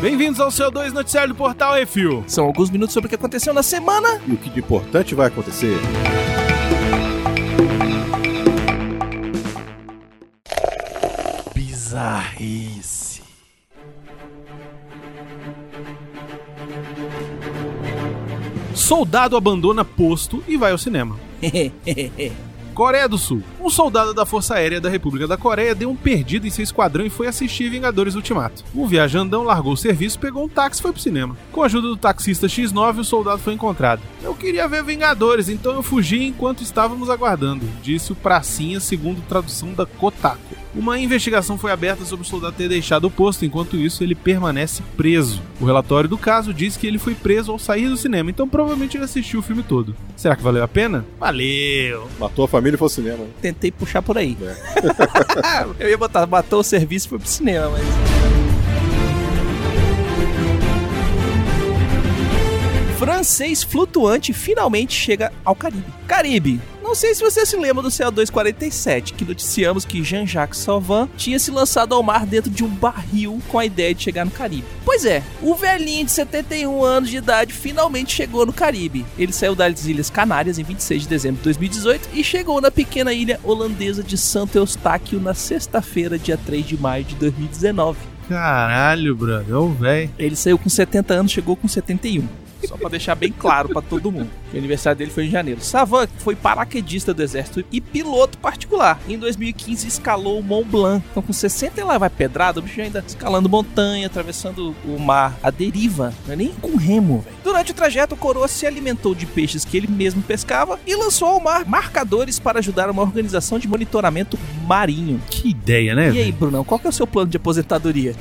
Bem-vindos ao CO2 Noticiário do Portal Refil. São alguns minutos sobre o que aconteceu na semana. E o que de importante vai acontecer? Bizarrice. Soldado abandona posto e vai ao cinema. Coreia do Sul. Um soldado da Força Aérea da República da Coreia deu um perdido em seu esquadrão e foi assistir Vingadores Ultimato. Um viajandão largou o serviço, pegou um táxi e foi pro cinema. Com a ajuda do taxista X9, o soldado foi encontrado. Eu queria ver Vingadores, então eu fugi enquanto estávamos aguardando, disse o Pracinha, segundo tradução da Kotaku. Uma investigação foi aberta sobre o soldado ter deixado o posto, enquanto isso ele permanece preso. O relatório do caso diz que ele foi preso ao sair do cinema, então provavelmente ele assistiu o filme todo. Será que valeu a pena? Valeu! Matou a família e foi ao cinema. Tentei puxar por aí. Eu ia botar, matou o serviço e foi pro cinema, mas. Francês flutuante finalmente chega ao Caribe. Caribe! Não sei se você se lembra do CO247, que noticiamos que Jean-Jacques Sauvan tinha se lançado ao mar dentro de um barril com a ideia de chegar no Caribe. Pois é, o velhinho de 71 anos de idade finalmente chegou no Caribe. Ele saiu das Ilhas Canárias em 26 de dezembro de 2018 e chegou na pequena ilha holandesa de Santo Eustáquio na sexta-feira, dia 3 de maio de 2019. Caralho, brother, ô véi. Ele saiu com 70 anos, chegou com 71. Só pra deixar bem claro pra todo mundo. O aniversário dele foi em janeiro. Savan foi paraquedista do exército e piloto particular. Em 2015 escalou o Mont Blanc. Então com 60 ele lá vai pedrada, o bicho ainda escalando montanha, atravessando o mar à deriva. Não é nem com remo, velho. Durante o trajeto, o coroa se alimentou de peixes que ele mesmo pescava e lançou ao mar marcadores para ajudar uma organização de monitoramento marinho. Que ideia, né? E aí, velho? Brunão, qual que é o seu plano de aposentadoria?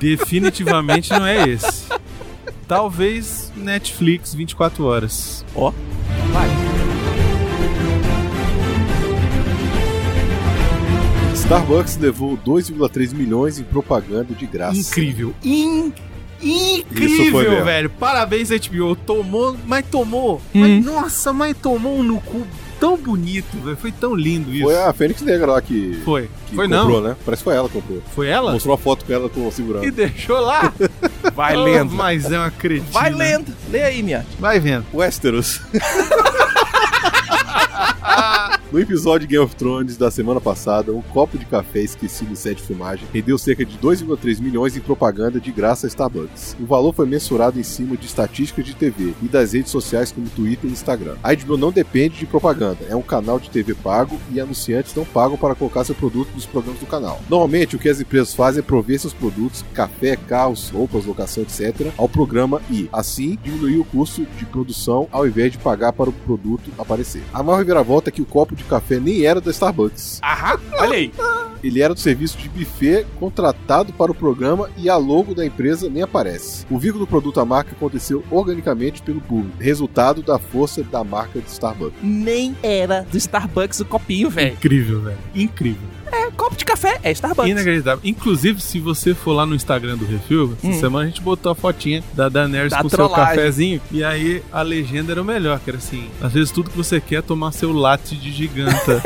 Definitivamente não é esse. Talvez Netflix 24 horas. Ó. Vai. Starbucks levou 2,3 milhões em propaganda de graça. Incrível. In- Isso foi Incrível, mesmo. velho. Parabéns, HBO. Tomou, mas tomou. Uhum. Mas, nossa, mas tomou um no cu tão bonito, velho. Foi tão lindo isso. Foi a Fênix Negra lá que, Foi. que Foi não. comprou, né? Parece que foi ela que comprou. Foi ela? Mostrou uma foto com ela com- segurando. E deixou lá. Vai Oh, lendo. Mas é uma cretina. Vai lendo. Lê aí, minha. Vai vendo. Westeros. No episódio Game of Thrones da semana passada, um copo de café esquecido no set de filmagem rendeu cerca de 2,3 milhões em propaganda de graça a Starbucks. O valor foi mensurado em cima de estatísticas de TV e das redes sociais como Twitter e Instagram. A HBO não depende de propaganda, é um canal de TV pago e anunciantes não pagam para colocar seu produto nos programas do canal. Normalmente, o que as empresas fazem é prover seus produtos, café, carros, roupas, locação, etc., ao programa e, assim, diminuir o custo de produção ao invés de pagar para o produto aparecer. A maior reviravolta é que o copo de café nem era da Starbucks. Aham, olha aí. Ele era do serviço de buffet contratado para o programa e a logo da empresa nem aparece. O vínculo do produto à marca aconteceu organicamente pelo público, resultado da força da marca de Starbucks. Nem era do Starbucks o copinho, velho. Incrível, velho. Incrível. É, copo de café é Starbucks. Inacreditável. Inclusive, se você for lá no Instagram do Refil, Hum. essa semana a gente botou a fotinha da Daenerys Da com seu trollagem. cafezinho. E aí a legenda era o melhor, que era assim: às vezes tudo que você quer é tomar seu latte de giganta.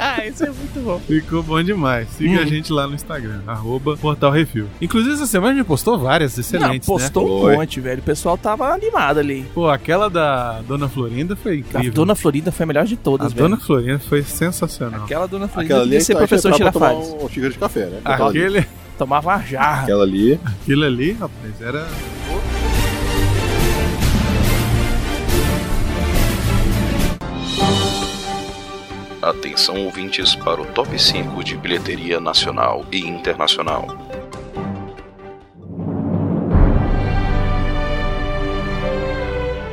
ah, isso é muito bom. Ficou bom demais. Siga Hum. a gente lá no Instagram, arroba Portal Refil. Inclusive, essa semana a gente postou várias excelentes, Não, né? postou um Foi. monte, velho. O pessoal tava animado ali. Pô, aquela da Dona Florinda foi A incrível. Dona Florinda foi a melhor de A todas, velho. Dona Florinda foi sensacional. Aquela Dona Florinda Aquela ali devia ser então, a gente professor entrava pra Girafales. Ah, tomar um xícara de café, né? Aquela ali. Aquele, Tomava uma jarra. Aquela ali. aquilo ali, rapaz, era. Atenção ouvintes para o top 5 de bilheteria nacional e internacional.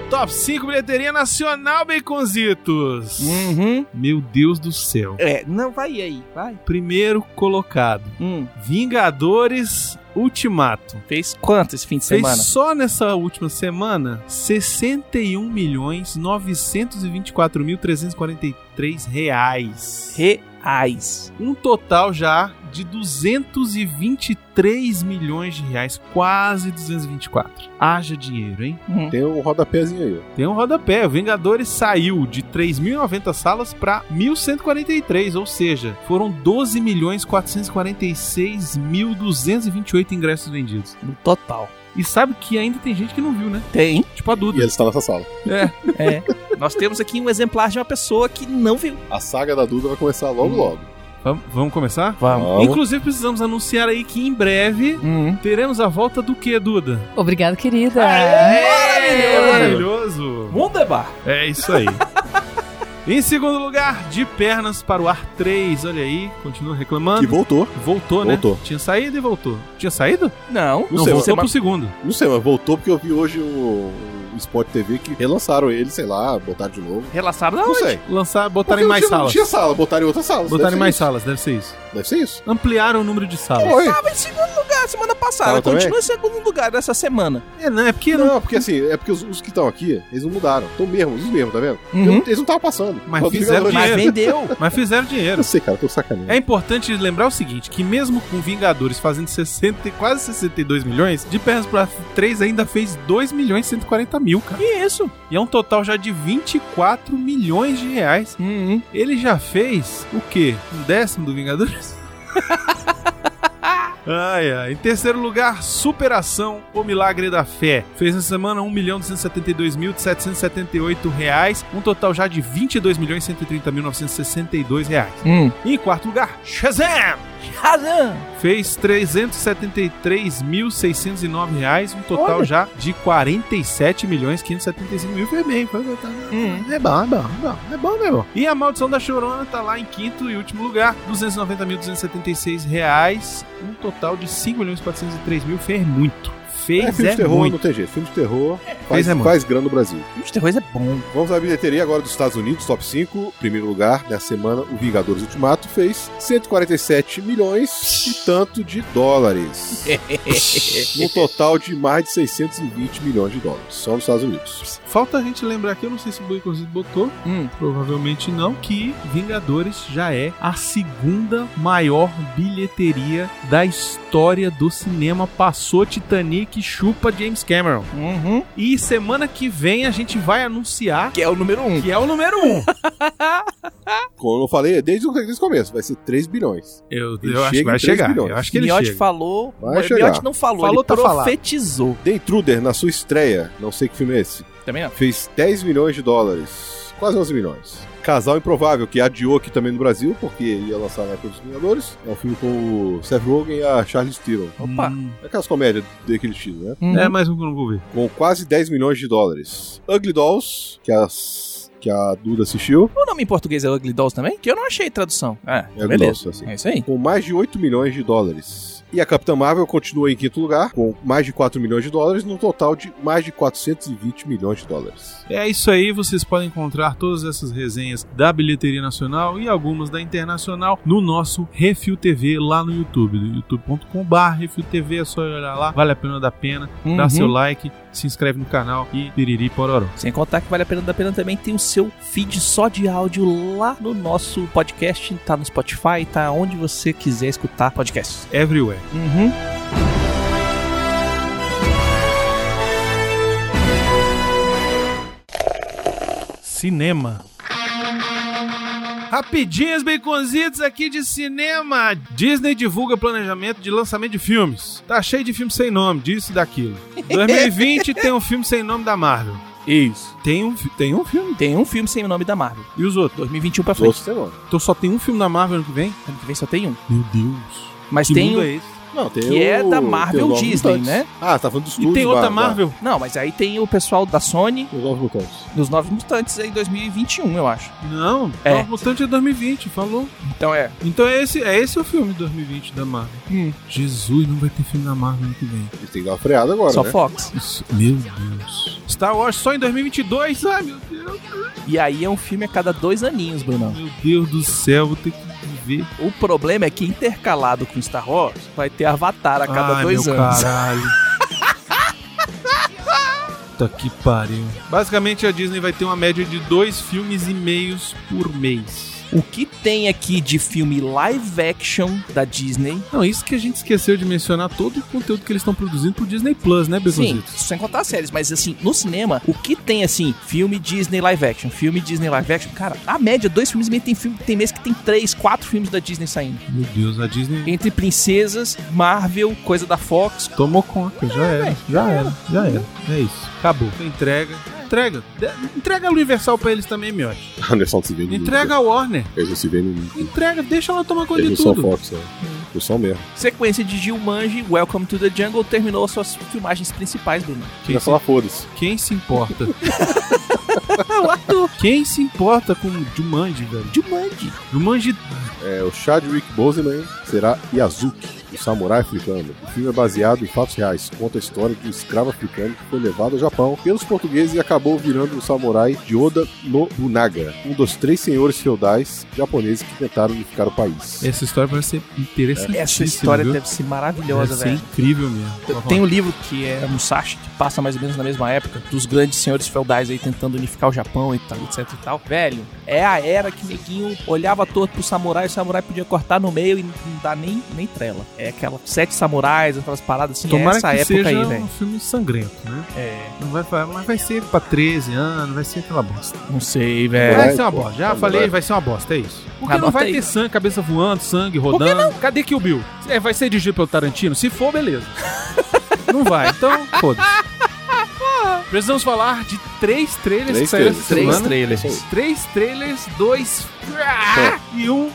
Top 5 bilheteria nacional, baconzitos! Uhum. Meu Deus do céu. É, não, vai aí, vai. Primeiro colocado: Hum, Vingadores Ultimato. fez quanto esse fim de Fez semana? só nessa última um semana 61.924.343 3 reais. Reais. Um total já de 223 milhões de reais, quase 224. Haja dinheiro, hein? Hum. Tem um rodapézinho aí, ó. Tem um rodapé. O Vingadores saiu de 3.090 salas para 1.143, ou seja, foram 12.446.228 ingressos vendidos. No total. E sabe que ainda tem gente que não viu, né? Tem. Tipo a E Duda. ele está nessa sala. É. Nós temos aqui um exemplar de uma pessoa que não viu. A saga da Duda vai começar logo logo. Vam- Vamos começar? Vamos. Inclusive, precisamos anunciar aí que em breve Hum. teremos a volta do que, Duda? Obrigado, querida. É, Maravilhoso. maravilhoso! Wunderbar. É isso aí. em segundo lugar, de pernas para o ar 3. Olha aí, continua reclamando. Que voltou. Voltou, né? Voltou. Tinha saído e voltou. Tinha saído? Não. Não sei, voltou mas- pro segundo. Não sei, mas voltou porque eu vi hoje o, o Spot TV que relançaram ele, sei lá, botaram de novo. Relaxado Não, não. sei. Lançar, Porque botaram em não mais tinha- Não salas. tinha sala, botaram em outra sala. Botaram em mais sala. salas, deve ser isso. Deve ser isso. Tá Ampliaram o número de salas. Oi. Tava em segundo lugar semana passada. Tava também? Continua em segundo lugar dessa semana. É, não, é porque Não, não. não, porque assim, é porque os, os que estão aqui, eles não mudaram. Estão mesmo, os mesmos, tá vendo? Uhum. Eu- eles não estavam passando. Mas Quando fizeram Vingadores- Mas Dinheiro. vendeu. Mas fizeram dinheiro. Eu sei, cara, tô sacaneando. É importante lembrar o seguinte, que mesmo com Vingadores fazendo 60, e quase 62 milhões, de pernas para 3 ainda fez 2 milhões e 140 mil, cara. Que isso? E é um total já de 24 milhões de reais. Uhum. Ele já fez o quê? Um décimo do Vingadores? Ai, ai. Em terceiro lugar, Superação, o Milagre da Fé. Fez na semana 1.272.778 reais, um total já de 22.130.962 reais. Hum. E em quarto lugar, Shazam! Shazam. Fez 373.609 reais, um total Olha. já de 47.575 mil. Foi bem, foi bem. tá- Hum. Uhum. é bom, é bom, é bom, é bom, né, irmão? E a Maldição da Chorona tá lá em quinto e último lugar, 290.276 reais, um total de 5.403 mil, fez muito. É, Fez filme é, de terror muito. não tem jeito. Filme de terror faz, Fez é muito. faz grana no Brasil. Os terrores é bom. Vamos à bilheteria agora dos Estados Unidos, top 5. Primeiro lugar, nessa semana, o Vingadores Ultimato fez 147 milhões e tanto de dólares. Num total de mais de 620 milhões de dólares, só nos Estados Unidos. Falta a gente lembrar aqui, eu não sei se o Bui Corsito botou, Hum. provavelmente não, que Vingadores já é a segunda maior bilheteria da história do cinema. Passou Titanic, chupa James Cameron. Uhum. E semana que vem a gente vai anunciar Que é o número um. que é o número 1. Um. Como eu falei, desde o desde o começo, vai ser 3 bilhões. Eu, Ele eu acho que chega vai em três chegar. bilhões. Eu acho que ele Miotti chega. falou. Vai Miotti chegar. não falou, Falou, ele tá falado. profetizou. The Intruder, na sua estreia, não sei que filme é esse, Também não. fez 10 milhões de dólares, quase 11 milhões. Casal Improvável, que adiou aqui também no Brasil, porque ia lançar na época dos Vingadores. É um filme com o Seth Rogen e a Charlize Theron. Opa. Hum, É Aquelas comédias daquele estilo, né? Uhum. É mais um que eu não vou ver. Com quase 10 milhões de dólares. Ugly Dolls, que, as, que a Duda assistiu. O nome em português é Ugly Dolls também? Que eu não achei tradução. É, Ugly beleza. Dolls, assim. É isso aí. Com mais de 8 milhões de dólares. E a Capitã Marvel continua em quinto lugar, com mais de 4 milhões de dólares, num total de mais de 420 milhões de dólares. É isso aí, vocês podem encontrar todas essas resenhas da bilheteria nacional e algumas da internacional no nosso Refil TV lá no YouTube, no youtube.com.br Refil TV, é só olhar lá, vale a pena dar pena, dá Uhum. seu like, se inscreve no canal e piriri pororó. Sem contar que vale a pena da pena também tem o seu feed só de áudio lá no nosso podcast. Tá no Spotify, tá onde você quiser escutar podcast. Everywhere. Uhum. Cinema. Rapidinhas, baconzitos aqui de cinema. Disney divulga planejamento de lançamento de filmes. Tá cheio de filme sem nome, disso e daquilo. 2020 tem um filme sem nome da Marvel. Isso. Tem um, fi- tem um filme. Tem um filme sem o nome da Marvel. E os outros? 2021 pra Os frente. outros tem nome. Então só tem um filme da Marvel ano que vem? Ano que vem só tem um. Meu Deus. Mas que tem mundo um. é esse? Não, tem Que é da Marvel tem os Novos Disney, Mutantes. né? Ah, você tá falando dos E estúdios. tem outra da- da- Marvel? Não, mas aí tem o pessoal da Sony Os Novos Mutantes. nos Novos Mutantes aí em 2021, eu acho. Não. É. É. O Mutante é 2020, falou. Então é. Então é esse, é esse o filme 2020 da Marvel. Hum. Jesus, não vai ter filme da Marvel ano que vem. Eles têm que dar uma freada agora, Só né? Fox. Isso- meu Deus. Star Wars só em 2022? Ai, meu Deus. E aí é um filme a cada dois aninhos, Brunão. Meu Deus do céu, vou ter que ver. O problema é que intercalado com Star Wars vai ter Avatar a cada Ai, dois meu anos. caralho. Puta que pariu. Basicamente a Disney vai ter uma média de dois filmes e meios por mês. O que tem aqui de filme live action da Disney? Não, isso que a gente esqueceu de mencionar todo o conteúdo que eles estão produzindo pro Disney Plus, né, Sim, Begonzitos? sem contar séries, mas assim, no cinema, o que tem assim, filme Disney live action, filme Disney live action, cara, a média, dois filmes e meio tem filme, tem mês que tem três, quatro filmes da Disney saindo. Meu Deus, a Disney Entre princesas, Marvel, coisa da Fox. tomou conta, já era. Já era, já era. É isso. Acabou. Entrega. Entrega. De- Entrega a Universal pra eles também, Miotti. A Anderson se vê no mundo. Entrega a Warner. Eles não se vê no mundo. Entrega, deixa ela tomar conta de Eles não são tudo. Fox, né? Eles são mesmo. Sequência de Gilmanji, Welcome to the Jungle, terminou as suas filmagens principais, Bruno. Quem Queria se- falar foda-se. Quem se importa? Quem se importa com Jumanji, velho? Gilmanji. Jumanji É, o Chadwick Boseman será Yazuki, o samurai africano. O filme é baseado em fatos reais, conta a história de um escravo africano que foi levado ao Japão pelos portugueses e acabou virando o samurai de Oda Nobunaga, um dos três senhores feudais japoneses que tentaram unificar o país. Essa história vai ser interessante. Essa história viu? É, deve ser deve maravilhosa, ser velho. incrível mesmo. Eu tenho um livro que é Musashi, que passa mais ou menos na mesma época, dos grandes senhores feudais aí tentando unificar o Japão e tal, etc e tal. Velho, é a era que o neguinho olhava torto pro samurai, o samurai podia cortar no meio e não dá nem, nem trela. É aquela sete samurais, aquelas paradas assim, é Tomara essa que época seja aí, um velho. filme sangrento, né? É, Não vai, fa- mas vai ser pra 13 anos, vai ser aquela bosta. não sei, velho. É. vai ser uma pô, bosta. Já samurai. falei, vai ser uma bosta, é isso. Porque não Anota vai aí. ter sangue, cabeça voando, sangue rodando. Cadê Kill Bill? É, vai ser dirigido pelo Tarantino? Se for, beleza. não vai, então, foda-se. Precisamos falar de três trailers Três que saíram trailers. essa Três semana. trailers. Três trailers, dois e um.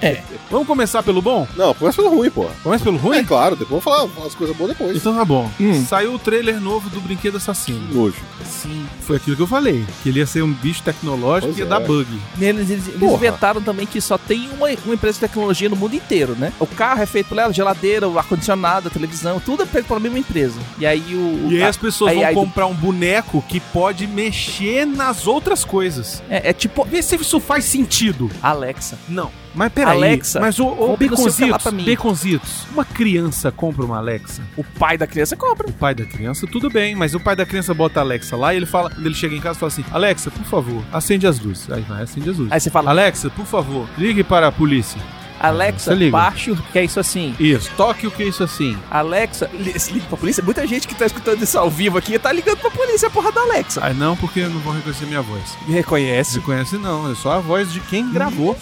É. Vamos começar pelo bom? Não, começa pelo ruim, pô. Começa pelo É ruim? claro, depois eu vou falar as coisas boas depois. Então tá bom. Hum. Saiu o trailer novo do Brinquedo Assassino. Nojo. Sim. Foi aquilo que eu falei, que ele ia ser um bicho tecnológico Pois e ia é. dar bug. Eles, eles, eles Porra. inventaram também que só tem uma, uma empresa de tecnologia no mundo inteiro, né? O carro é feito por ela, a geladeira, o ar-condicionado, a televisão, tudo é feito pela mesma empresa. E aí E o. Tá. aí a- as pessoas aí- vão aí- comprar um boneco que pode mexer nas outras coisas. é, é tipo Vê se isso faz sentido. Alexa. Não. Mas peraí. Alexa, mas o, o compre no seu celular Beconzitos, pra mim. Beconzitos, uma criança compra uma Alexa. O pai da criança compra. O pai da criança, tudo bem, mas o pai da criança bota a Alexa lá e ele fala, quando ele chega em casa e fala assim: Alexa, por favor, acende as luzes. Aí vai, acende as luzes. Aí você fala, Alexa, por favor, ligue para a polícia. Alexa, Você liga. baixo, que é isso assim. Isso, toque o que é isso assim. Alexa, li- se liga pra polícia. Muita gente que tá escutando isso ao vivo aqui tá ligando pra polícia, a porra da Alexa. Ah, não, porque não vão reconhecer minha voz. Me reconhece. Se conhece não, é só a voz de quem gravou.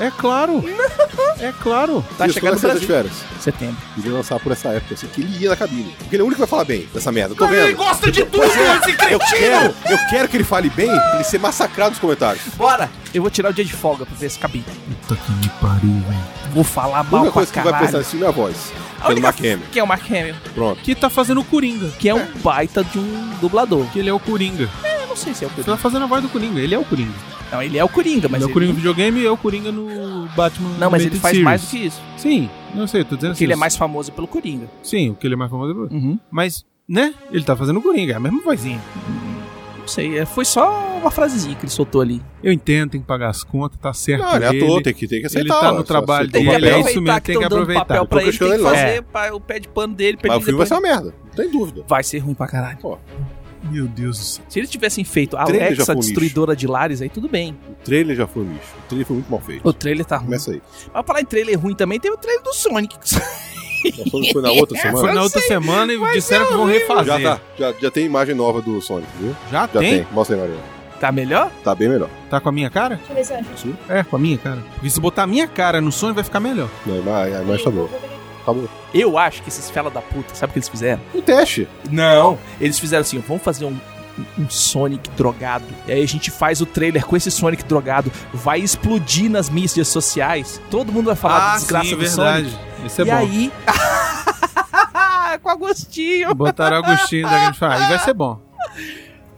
É claro. É claro. Tá Isso, chegando no quando é que Brasil. sai das férias. Setembro. Queria lançar por essa época, assim, que ele ia na cabine. Porque ele é o único que vai falar bem dessa merda. Tá Tô Ele vendo. gosta de tudo, esse Eu quero, eu quero que ele fale bem, pra ele ser massacrado nos comentários. Bora! Eu vou tirar o dia de folga pra ver esse cabine. Puta que me pariu, velho. Vou falar A mal única pra coisa que vai pensar caralho. nesse filme é a voz. A Pelo única- Mark Hamill. Que é o Mark Hamill. Pronto. Que tá fazendo o Coringa. Que é um baita de um dublador. Que ele é o Coringa. Eu não sei se é o Ele Coringa. tá fazendo a voz do Coringa. Ele é o Coringa. Não, ele é o Coringa, mas ele é ele... o Coringa no videogame e é o Coringa no Batman. Não, mas ele Animated faz Series. mais do que isso. Sim, não sei, eu tô dizendo Porque ele é assim, mais famoso pelo Coringa. Sim, o que ele é mais famoso. é- Mas, né? Ele tá fazendo o Coringa, é a mesma vozinha. Não sei, é- foi só uma frasezinha que ele soltou ali. Eu entendo, tem que pagar as contas, tá certo. Não, ele é dele. ator, tem que, tem que aceitar. Ele tá ó, no só trabalho aceitou o dele, papel. é isso mesmo, tem que tá, tão dando aproveitar. papel Eu pra tô ele, tem que questionando ele lá. fazer pá, o pé de pano dele pra Mas o ele filme é vai depois- ser uma merda, não tem dúvida. vai ser ruim pra caralho. Meu Deus do céu. Se eles tivessem feito trailer já foi Alexa um lixo. destruidora de lares, aí tudo bem. O trailer já foi um lixo. O trailer foi muito mal feito. O trailer tá ruim. Começa aí. Mas falar em trailer ruim também, tem o trailer do Sonic. Nós falamos que foi na outra Foi semana. na outra semana e disseram que vão refazer. Já tá. Já, já tem imagem nova do Sonic, viu? Já Já tem? tem. Mostra aí, Mariana. Tá melhor? Tá bem melhor. Tá com a minha cara? Deixa eu ver se eu acho. É, com a minha cara. Porque se botar a minha cara no sonho, vai ficar melhor. Não, a ima- a imagem tá boa. Tá boa. Eu acho que esses fela da puta, sabe o que eles fizeram? O teste. Não. Eles fizeram assim, ó, vamos fazer um, um Sonic drogado. E aí a gente faz o trailer com esse Sonic drogado. Vai explodir nas mídias sociais. Todo mundo vai falar da desgraça do Sonic. Ah, Isso é e bom. aí... com agostinho. Botaram o Agostinho da grande Aí vai ser bom.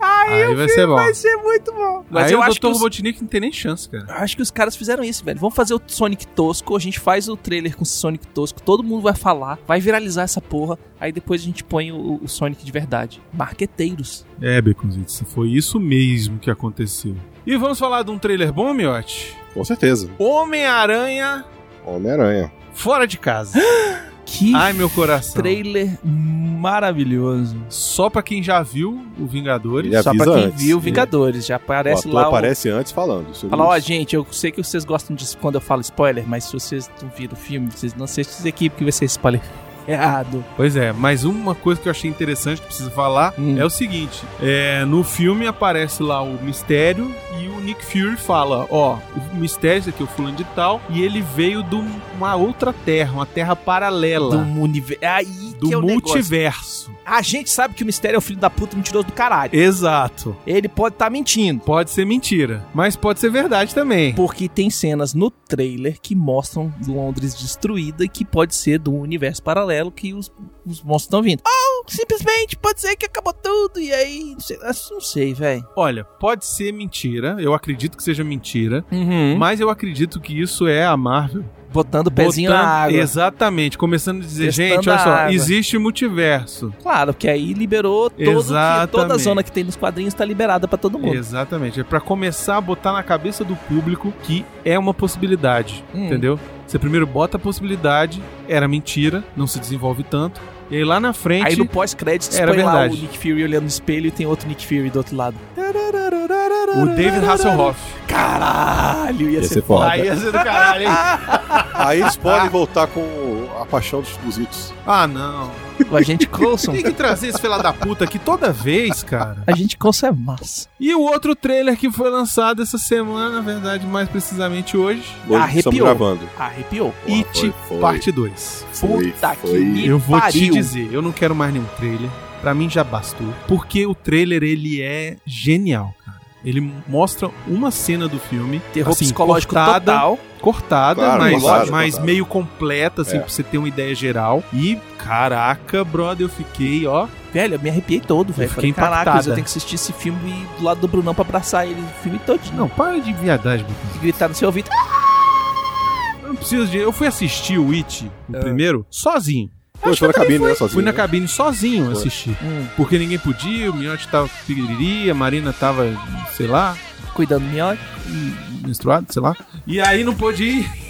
Ai, Aí vai ser bom. vai ser muito bom. Mas aí eu o acho Dr. que os... Robotnik não tem nem chance, cara. Eu Acho que os caras fizeram isso, velho. Vamos fazer o Sonic Tosco, a gente faz o trailer com o Sonic Tosco, todo mundo vai falar, vai viralizar essa porra, aí depois a gente põe o, o Sonic de verdade. Marqueteiros. É, Beconzitos, foi isso mesmo que aconteceu. E vamos falar de um trailer bom, Miotti? Com certeza. Homem-Aranha Homem-Aranha. fora de casa. Que Ai, meu coração. trailer maravilhoso. Só pra quem já viu o Vingadores. Ele Só pra avisa quem antes. viu Vingadores, já O aparece ator lá. o- aparece antes falando. sobre Fala, ó, isso. gente, eu sei que vocês gostam disso quando eu falo spoiler, mas se vocês não viram o filme, vocês não assistem isso aqui porque vai ser spoiler errado. Pois é, mas uma coisa que eu achei interessante que preciso falar Hum. é o seguinte: é, no filme aparece lá o mistério e o Nick Fury fala: Ó, o mistério esse aqui é o fulano de tal, e ele veio de um- uma outra terra, uma terra Do paralela. universo. Aí Do, que é o negócio. multiverso. A gente sabe que o mistério é o filho da puta mentiroso do caralho. Exato. Ele pode estar mentindo. Pode ser mentira, mas pode ser verdade também. Porque tem cenas no trailer que mostram Londres destruída e que pode ser do universo paralelo que os, os monstros estão vindo. Ou simplesmente pode ser que acabou tudo e aí. Não sei, eu não sei, velho. Olha, pode ser mentira, eu acredito que seja mentira, Uhum. mas eu acredito que isso é a Marvel Botando o pezinho Botando- na água. Exatamente, começando a dizer, Testando gente, olha a só, água. existe multiverso. Claro, porque aí liberou todo que, Exatamente. toda a zona que tem nos quadrinhos tá liberada pra todo mundo. Exatamente, é pra começar a botar na cabeça do público que é uma possibilidade, Hum. entendeu? Você primeiro bota a possibilidade, era mentira, não se desenvolve tanto, e aí lá na frente... Aí no pós-crédito Era põe lá o verdade. Nick Fury olhando no espelho e tem outro Nick Fury do outro lado. O David Hasselhoff. Caralho, ia, Ia ser ser foda. Aí ia ser do caralho, hein? Aí eles podem voltar com a paixão dos esquisitos. Ah, não. O agente Coulson. Tem que trazer esse fela da puta aqui toda vez, cara. um- A gente Coulson é massa. E o outro trailer que foi lançado essa semana, na verdade, mais precisamente hoje, Hoje Arrepiou. estamos gravando. Arrepiou. It foi, foi, parte 2. foi, Puta que foi. me Eu vou pariu. te dizer, eu não quero mais nenhum trailer. Pra mim já bastou. Porque o trailer, ele é genial, cara. Ele mostra uma cena do filme. Terror assim, psicológico cortada, total. Cortada, Claro, mas, cortado, mas cortado. meio completa, assim, É. pra você ter uma ideia geral. E, caraca, brother, eu fiquei, ó. Velho, eu me arrepiei todo, velho. fiquei Falei, caracas, impactada. eu tenho que assistir esse filme e ir do lado do Brunão pra abraçar ele o filme todinho. Não, para de viadagem, Bruno. E gritar no seu ouvido. Ah, Eu não preciso de. Eu fui assistir o It, o Ah. primeiro, sozinho. Pô, foi na cabine, né? Sozinho. Fui na né? cabine sozinho Foi. assistir. Hum. Porque ninguém podia, o Miotti tava com piriri, a Marina tava, sei lá, cuidando do minhote. menstruado, sei lá. E aí não pôde ir.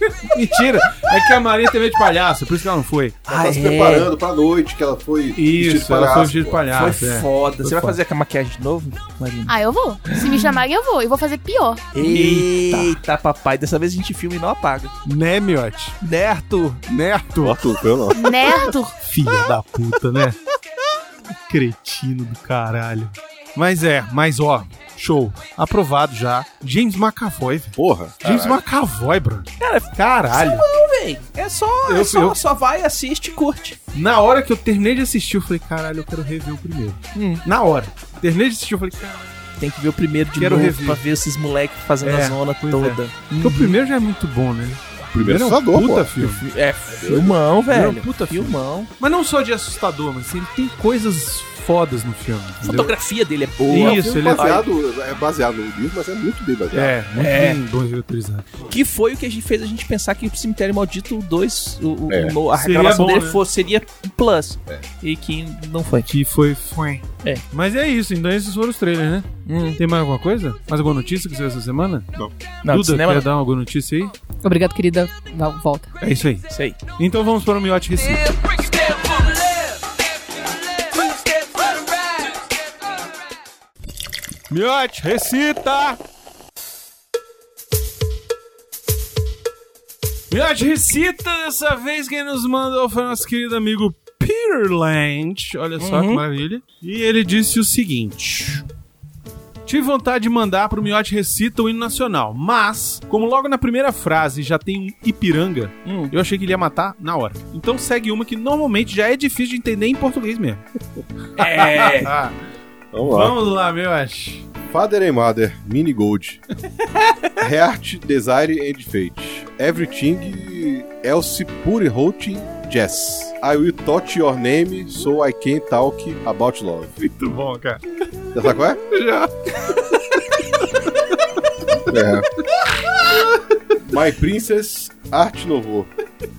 Mentira, é que a Maria teve de palhaço, por isso que ela não foi. Ela tá se é. preparando pra noite, que ela foi. vestida Ah, Isso, de ela foi palhaço, vestido de pô. palhaço. Ah, Foi é. foda. Você vai foda. fazer aquela maquiagem de novo, Marina? Ah, eu vou. Se me chamarem, eu vou. Eu vou fazer pior. Eita. papai. Dessa vez a gente filma e não apaga. Né, Miotti? Nerto. Neto, Arthur, foi eu não. Nerdo. filha da puta, né? Cretino do caralho. Mas é, mas ó, show. Aprovado já. James McAvoy, velho. Porra. James McAvoy, bro. Cara, Caralho. véi. É só, é Eu- só, eu- só vai, assiste e curte. Na hora que eu terminei de assistir, eu falei, caralho, eu quero rever o primeiro. Hum. Na hora. Terminei de assistir, eu falei, caralho. Tem que ver o primeiro de Quero novo rever. pra ver esses moleques fazendo É, a zona pois toda. Porque o primeiro já é muito bom, né? Primeiro é um assustador, puta pô. filme. É, filmão, velho. Não, puta filme. filmão. Mas não só de assustador, mas assim, ele tem coisas fodas no filme. A entendeu? fotografia dele é boa. Isso, É um filme ele é- baseado, é baseado no livro, mas é muito bem baseado. É, muito É. bem, bom reutilizado. Que foi o que a gente fez a gente pensar que o Cemitério Maldito 2, o, o, É. o- a Seria gravação bom, dele né? for- seria um plus. E que não foi. Que foi. foi. É. Uhum. Mas é isso, então esses foram os trailers, né? Tem mais alguma coisa? Mais alguma notícia que saiu essa semana? Não, do Duda, cinema quer não. dar alguma notícia aí? Obrigado, querida. Val- Volta. É isso aí. Isso aí. Então vamos para o Miote Recife. Miote, recita! Miote, recita! Dessa vez quem nos mandou foi nosso querido amigo Peter Lynch. Olha só que Uhum. maravilha. E ele disse o seguinte... Tive vontade de mandar pro Miote Recita o hino nacional, mas, como logo na primeira frase já tem um Ipiranga, Hum, eu achei que ele ia matar na hora. Então segue uma que normalmente já é difícil de entender em português mesmo. É. Ah, Vamos lá. vamos lá, Miote. Father and Mother, Mini Gold. Reart, Desire and Fate. Everything else pure routine jazz. I will touch your name so I can talk about love. Muito bom, cara. Já sabe qual é? Já. É. My Princess, Arte Novo.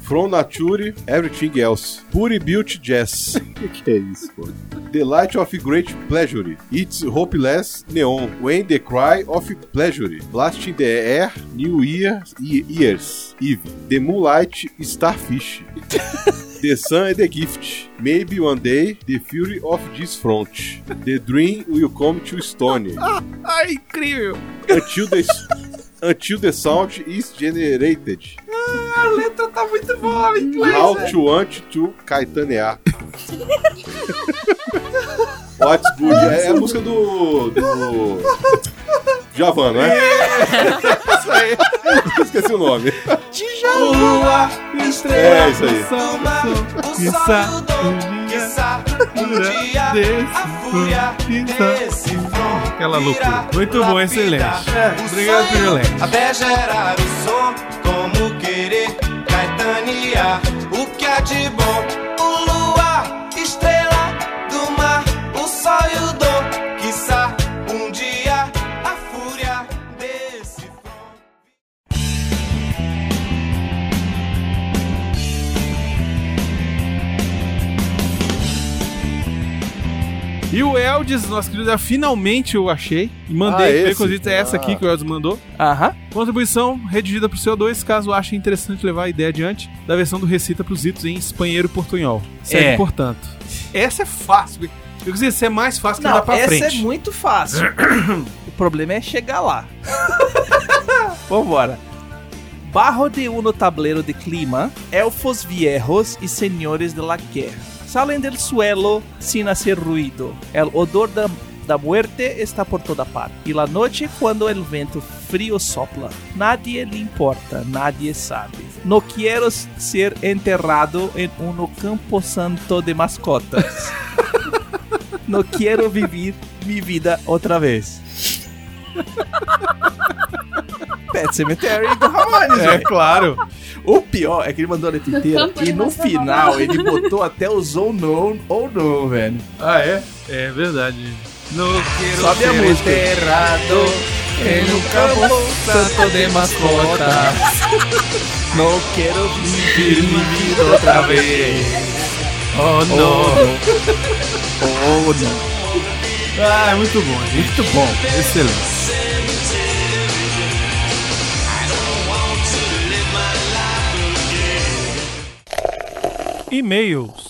From Nature, Everything Else. Pure Beauty Jazz. que é isso, pô? The Light of Great Pleasure. It's Hopeless Neon. When the Cry of Pleasure. Blast in the Air, New Year, Ye- Years. Eve. The Moonlight, Starfish. The Sun and the Gift. Maybe one day, the fury of this front. The dream will come to Estonia. Ai, incrível! Until the, until the sound is generated. A letra tá muito boa, hein? How to want to caetanear. What's good? É a música do. do. Javan, não é? Isso aí. Esqueci o nome. Lua, É, isso aí. samba, o sol do um dia desse desse tá? Aquela loucura. Muito bom, excelente. Obrigado, Juliette. é, Até gerar o som, como querer Caetania, o que há de bom O luar, estrela do mar O sol e o dom, quiçá um dia A fúria desse E o Eldes, nosso querido, finalmente eu achei. E mandei, pra Ah, ele, esse? inclusive é essa aqui Ah. que o Eldes mandou. Aham. Contribuição redigida pro CO2, caso achem interessante levar a ideia adiante, da versão do Recita pros Itos em espanheiro e portunhol. Segue, É. portanto. Essa é fácil. Eu quis dizer, essa é mais fácil que Não, andar pra essa frente. é muito fácil. o problema é chegar lá. Vambora. Barro de uno tablero de clima, elfos viejos y señores de la guerra. Salen del suelo sin hacer ruido. El odor da, da muerte está por toda parte. Y la noche cuando el viento frío sopla. Nadie le importa, nadie sabe. No quiero ser enterrado en un campo santo de mascotas. Não quero viver minha vida outra vez. Pet Cemetery do Ramones, É, velho. claro. O pior é que ele mandou a letra inteira campo e de no maçã final ele botou até os ou não, ou não, velho. Ah, é? É verdade. Não quero Sobe a ser música. enterrado em um campo santo de mascota. Não quero Viver minha vida outra vez. Oh, não. ou não. Ah, é muito bom, gente. Muito bom. Excelente. E-mails.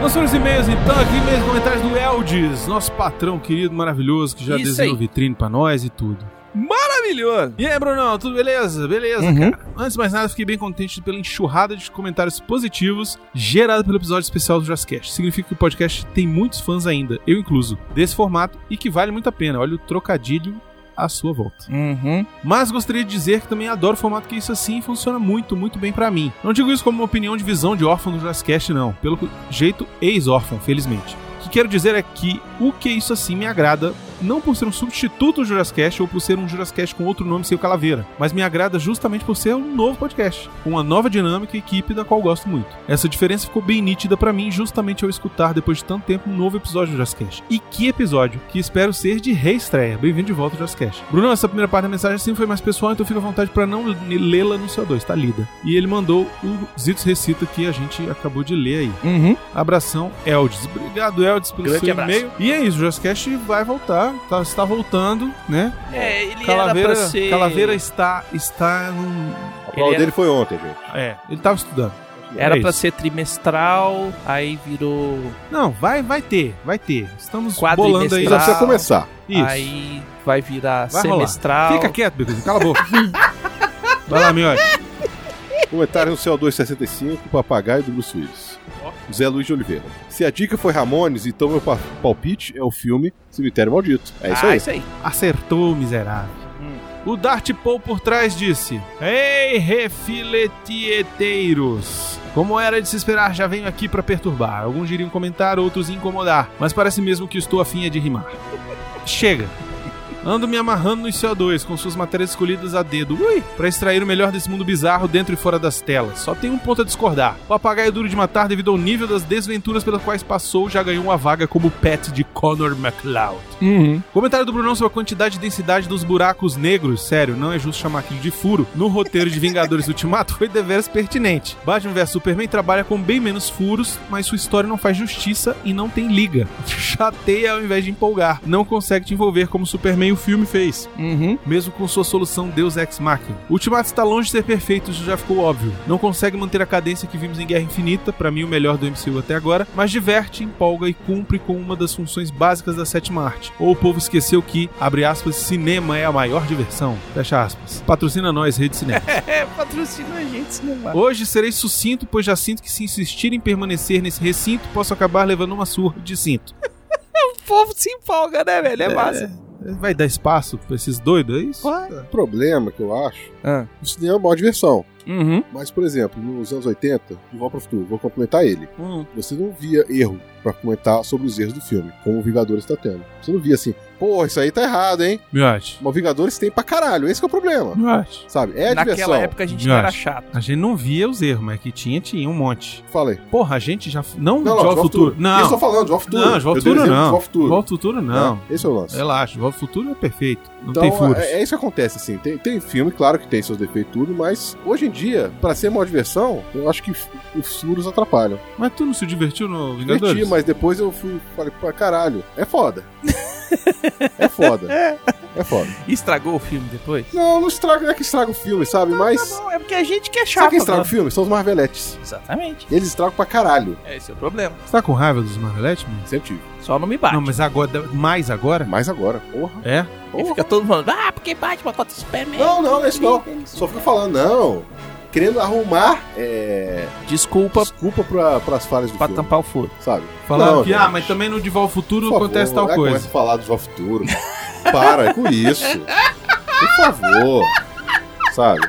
Nós temos e-mails então, aqui e-mails e comentários do Eldes, nosso patrão querido, maravilhoso, que já Isso desenhou aí. vitrine pra nós e tudo. Ah, Maravilhoso! E aí, Brunão, tudo beleza? Beleza, Uhum. cara. Antes de mais nada, fiquei bem contente pela enxurrada de comentários positivos gerada pelo episódio especial do Jazzcast. Significa que o podcast tem muitos fãs ainda, eu incluso, desse formato e que vale muito a pena. Olha o trocadilho à sua volta. Uhum. Mas gostaria de dizer que também adoro o formato que isso assim funciona muito, muito bem pra mim. Não digo isso como uma opinião de visão de órfão do Jazzcast, não. Pelo jeito, ex-órfão, felizmente. O que quero dizer é que o que isso assim me agrada, não por ser um substituto do Jurassic ou por ser um Jurassic com outro nome sem o Calaveira, mas me agrada justamente por ser um novo podcast, com uma nova dinâmica e equipe da qual gosto muito. Essa diferença ficou bem nítida pra mim justamente ao escutar depois de tanto tempo um novo episódio do Jurassic. E que episódio, que espero ser de reestreia. Bem-vindo de volta ao Jurassic. Bruno, essa primeira parte da mensagem sim foi mais pessoal, então fica à vontade pra não lê-la no CO2, tá lida. E ele mandou o Zitos Recita que a gente acabou de ler aí. Uhum. Abração, Eldis. Obrigado, Eldis, pelo Grande seu abraço. e-mail. E é isso, o Jazzcast vai voltar, tá, está voltando, né? É, ele Calaveira, era pra ser... Calaveira é está, está num... A prova era- dele foi ontem, gente. É, ele tava estudando. Era É pra isso. ser trimestral, aí virou... Não, vai, vai ter, vai ter. Estamos bolando Quadrimestral. aí. Só precisa Ah. começar. Isso. Aí vai virar Vai rolar. semestral. Fica quieto, Bicuzinho, cala a boca. vai lá, Miote. Comentário no CO265, Papagaio do Bruce Willis. Zé Luiz de Oliveira. Se a dica foi Ramones, então meu pa- palpite é o filme Cemitério Maldito. É isso ah, aí. isso aí. Acertou, miserável. O Dart Paul por trás disse: Ei, refileteiros! Como era de se esperar, já venho aqui pra perturbar. Alguns iriam comentar, outros incomodar, mas parece mesmo que estou afim é de rimar. Chega! Ando me amarrando nos CO2 com suas matérias escolhidas a dedo, ui, para extrair o melhor desse mundo bizarro dentro e fora das telas. Só tem um ponto a discordar. O papagaio duro de matar, devido ao nível das desventuras pelas quais passou, já ganhou uma vaga como pet de Connor McLeod. Comentário do Brunão sobre a quantidade e densidade dos buracos negros, sério, não é justo chamar aquilo de furo, no roteiro de Vingadores Ultimato foi deveras pertinente. Batman vs Superman trabalha com bem menos furos, mas sua história não faz justiça e não tem liga. Chateia ao invés de empolgar. Não consegue te envolver como Superman e o o filme fez, Uhum. mesmo com sua solução Deus Ex Machina. O Ultimato está longe de ser perfeito, isso já ficou óbvio. Não consegue manter a cadência que vimos em Guerra Infinita, pra mim o melhor do MCU até agora, mas diverte, empolga e cumpre com uma das funções básicas da sétima arte. Ou o povo esqueceu que, abre aspas, cinema é a maior diversão, fecha aspas. Patrocina nós, Rede Cinema. É, patrocina a gente, né, cinema. Hoje serei sucinto, pois já sinto que se insistir em permanecer nesse recinto, posso acabar levando uma surra de cinto. O povo se empolga, né, velho? É massa. Vai dar espaço pra esses doidos, é isso? O problema que eu acho, Ah. o cinema é uma maior diversão. Uhum. Mas, por exemplo, nos anos 80, de Volta para o Futuro, vou complementar ele. Hum. Você não via erro pra comentar sobre os erros do filme, como o Vingadores tá tendo. Você não via assim, pô, isso aí tá errado, hein? Miote. Mas o Vingadores tem pra caralho, esse que é o problema. Miote. Sabe? É a Naquela diversão. época a gente Eu não era acho. chato. A gente não via os erros, mas que tinha, tinha um monte. Falei. Porra, a gente já. Não, não Não, não, Jogo Volta ao Futuro. Futuro. Eu estou Não. falando de Volta ao Futuro. Não, de Volta Eu dei Futuro exemplo de não. Volta ao Futuro. Volta ao Futuro, não. Né? Esse é o lance. Relaxa, Volta ao Futuro é perfeito. Não Então, tem furos. é, é isso que acontece, assim. Tem, tem filme, claro que tem seus defeitos e tudo, mas hoje em dia, pra ser uma diversão, eu acho que f- os furos atrapalham. Mas tu não se divertiu no Vingadores? Diverti, mas depois eu fui, falei, pô, caralho, é foda. é foda. É foda. Estragou o filme depois? Não, não estraga, não é que estraga o filme, sabe? Tá Mas. bom, é porque a gente que é chato. Sabe quem estraga o né? filme? São os Marveletes. Exatamente. Eles estragam pra caralho. É esse é o problema. Você tá com raiva dos Marvelette, mano? Sempre tive. Só não me bate. Não, mas agora. Mais agora? Mas agora, porra. É? Aí fica todo mundo falando, ah, porque Batman contra o Superman. Não, não, não é isso não. Só fica falando, não. Querendo arrumar é, Desculpa desculpa pra, pras falhas do pra filme, tampar o furo. sabe? Falaram Não, que, gente. ah, mas também no De Volta ao Futuro Por favor, acontece aí tal Começa coisa. a falar do Jovem Futuro. Para com isso. Por favor. Sabe?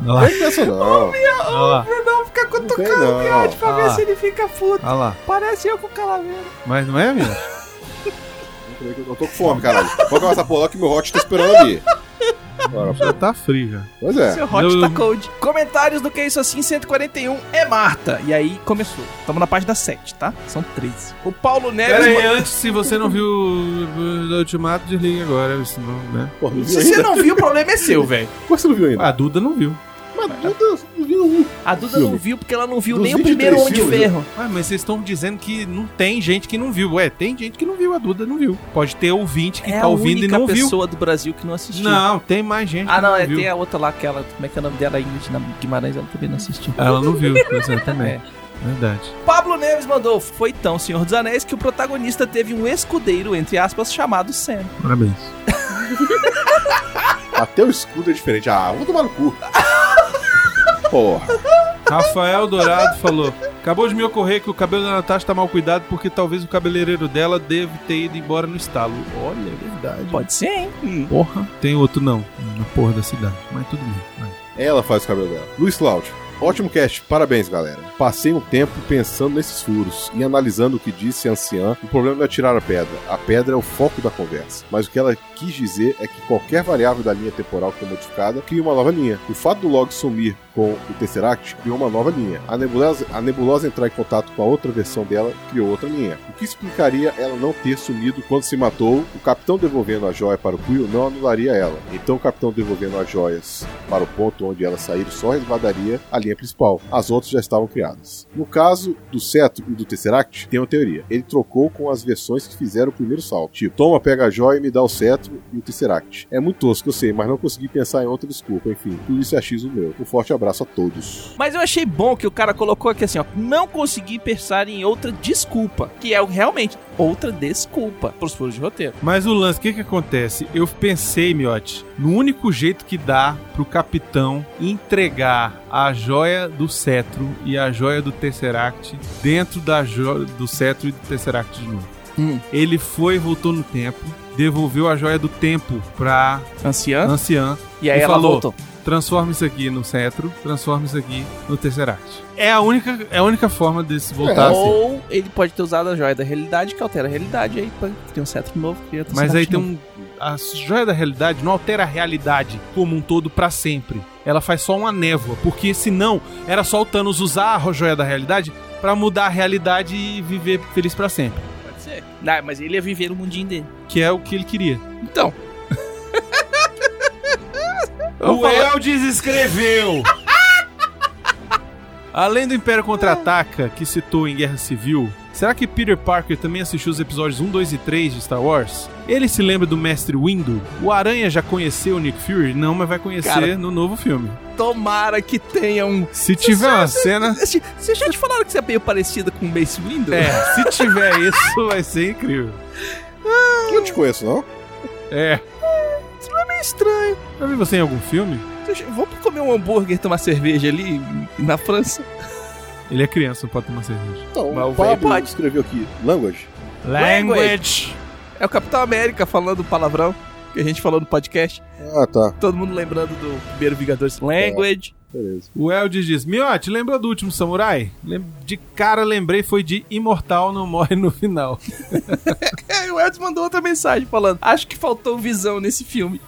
Olha lá, Não tem essa não. olha lá, Não, fica Não tem não. pra ver se ele fica puto. olha lá. Parece eu com calaveira. Mas não é, meu? Eu tô com fome, caralho. Vou acabar essa porra lá que meu hot tá esperando ali. Bora, pô. Já tá frio já. Pois é. Seu hot Eu- tá cold. Comentários do que é isso assim 141 é Marta. E aí começou. Tamo na página 7, tá? São 13. O Paulo Pera Neves. aí, mandou- antes, se você não viu o o Ultimato, desliga agora, senão, né? Pô, não viu Se você ainda? não viu, o problema é seu, velho. Por que você não viu ainda? A Duda não viu. Mas Duda, Ah, não viu um. A Duda Filme. não viu porque ela não viu Dos nem o 23 primeiro Homem de filmes, Ferro. Ah, mas vocês estão dizendo que não tem gente que não viu. Ué, tem gente que não viu, a Duda não viu. Pode ter ouvinte que É tá a ouvindo e única não viu. pessoa do Brasil que não assistiu. Não, tem mais gente Ah, que não, é, viu. tem a outra lá, aquela. Como é que é o nome dela? Ingrid Guimarães, ela também não assistiu. É. Ela não viu, exatamente. Verdade. Pablo Neves mandou. Foi tão Senhor dos Anéis que o protagonista teve um escudeiro, entre aspas, chamado Sam. Parabéns. Até o escudo é diferente. Ah, vou tomar no cu. Porra. Rafael Dourado falou: Acabou de me ocorrer que o cabelo da Natasha tá mal cuidado porque talvez o cabeleireiro dela deve ter ido embora no estalo. Olha, é verdade. Pode ser, hein? Hum. Porra. Tem outro não, na porra da cidade. Mas tudo bem. vai. Ela faz o cabelo dela. Luiz Cláudio. Ótimo cast, parabéns galera. Passei um tempo pensando nesses furos e analisando o que disse a anciã. O problema não é tirar a pedra, a pedra é o foco da conversa. Mas o que ela quis dizer é que qualquer variável da linha temporal que é modificada cria uma nova linha. O fato do Log sumir com o Tesseract criou uma nova linha. A nebulosa, a nebulosa entrar em contato com a outra versão dela criou outra linha. O que explicaria ela não ter sumido quando se matou? O capitão devolvendo a joia para o Quill não anularia ela. Então o capitão devolvendo as joias para o ponto onde elas saíram só resguardaria a linha principal. As outras já estavam criadas. No caso do Cetro e do Tesseract, tem uma teoria. Ele trocou com as versões que fizeram o primeiro salto. Tipo, toma, pega a joia e me dá o Cetro e o Tesseract. É muito tosco, eu sei, mas não consegui pensar em outra desculpa. Enfim, tudo isso é achismo meu. Um forte abraço a todos. Mas eu achei bom que o cara colocou aqui assim, ó. Não consegui pensar em outra desculpa. Que é o- realmente outra desculpa pros furos de roteiro. Mas o lance, o que que acontece? Eu pensei, Miote, no único jeito que dá pro capitão entregar a joia do cetro e a joia do Tesseract dentro da jo- do cetro e do Tesseract de novo. Hum. Ele foi, voltou no tempo, devolveu a joia do tempo pra Anciã. anciã, E aí E ela Ah, falou. voltou. transforma isso aqui no cetro, transforma isso aqui no Tesseract. É a única, é a única forma desse voltar assim. a ser. É, Ou ele pode ter usado a joia da realidade, que altera a realidade, e aí pã, cria um cetro novo, cria outro Mas cetro aí tem novo. um. A joia da realidade não altera a realidade como um todo pra sempre. Ela faz só uma névoa, porque senão era só o Thanos usar a joia da realidade pra mudar a realidade e viver feliz pra sempre, Pode ser. Não, mas ele ia viver no mundinho dele. que é o que ele queria. Então. o Eldes escreveu. Além do Império Contra-Ataca, que citou em Guerra Civil, Será que Peter Parker também assistiu os episódios 1, 2 e 3 de Star Wars? Ele se lembra do Mestre Windu? O Aranha já conheceu o Nick Fury? Não, mas vai conhecer Cara- no novo filme. Tomara que tenha um. Se tiver uma cena. Vocês já te falaram que você é meio parecida com o Mace Windu? É, se tiver isso, vai ser incrível. Eu não te conheço, não? É. é Meio estranho. Já vi você em algum filme? Deixa- Vamos comer um hambúrguer e tomar cerveja ali na França? Ele é criança, não pode tomar cerveja. Então, Mas o o Pablo velho pode. escreveu aqui, language. Language. É o Capitão América falando palavrão que a gente falou no podcast. Ah, tá. Todo mundo lembrando do primeiro Vingadores Language. Beleza. O Eldis diz: Miote, lembrou do último samurai? Lem- De cara lembrei, foi de Imortal não morre no final. É, e o Edson mandou outra mensagem falando: Acho que faltou visão nesse filme.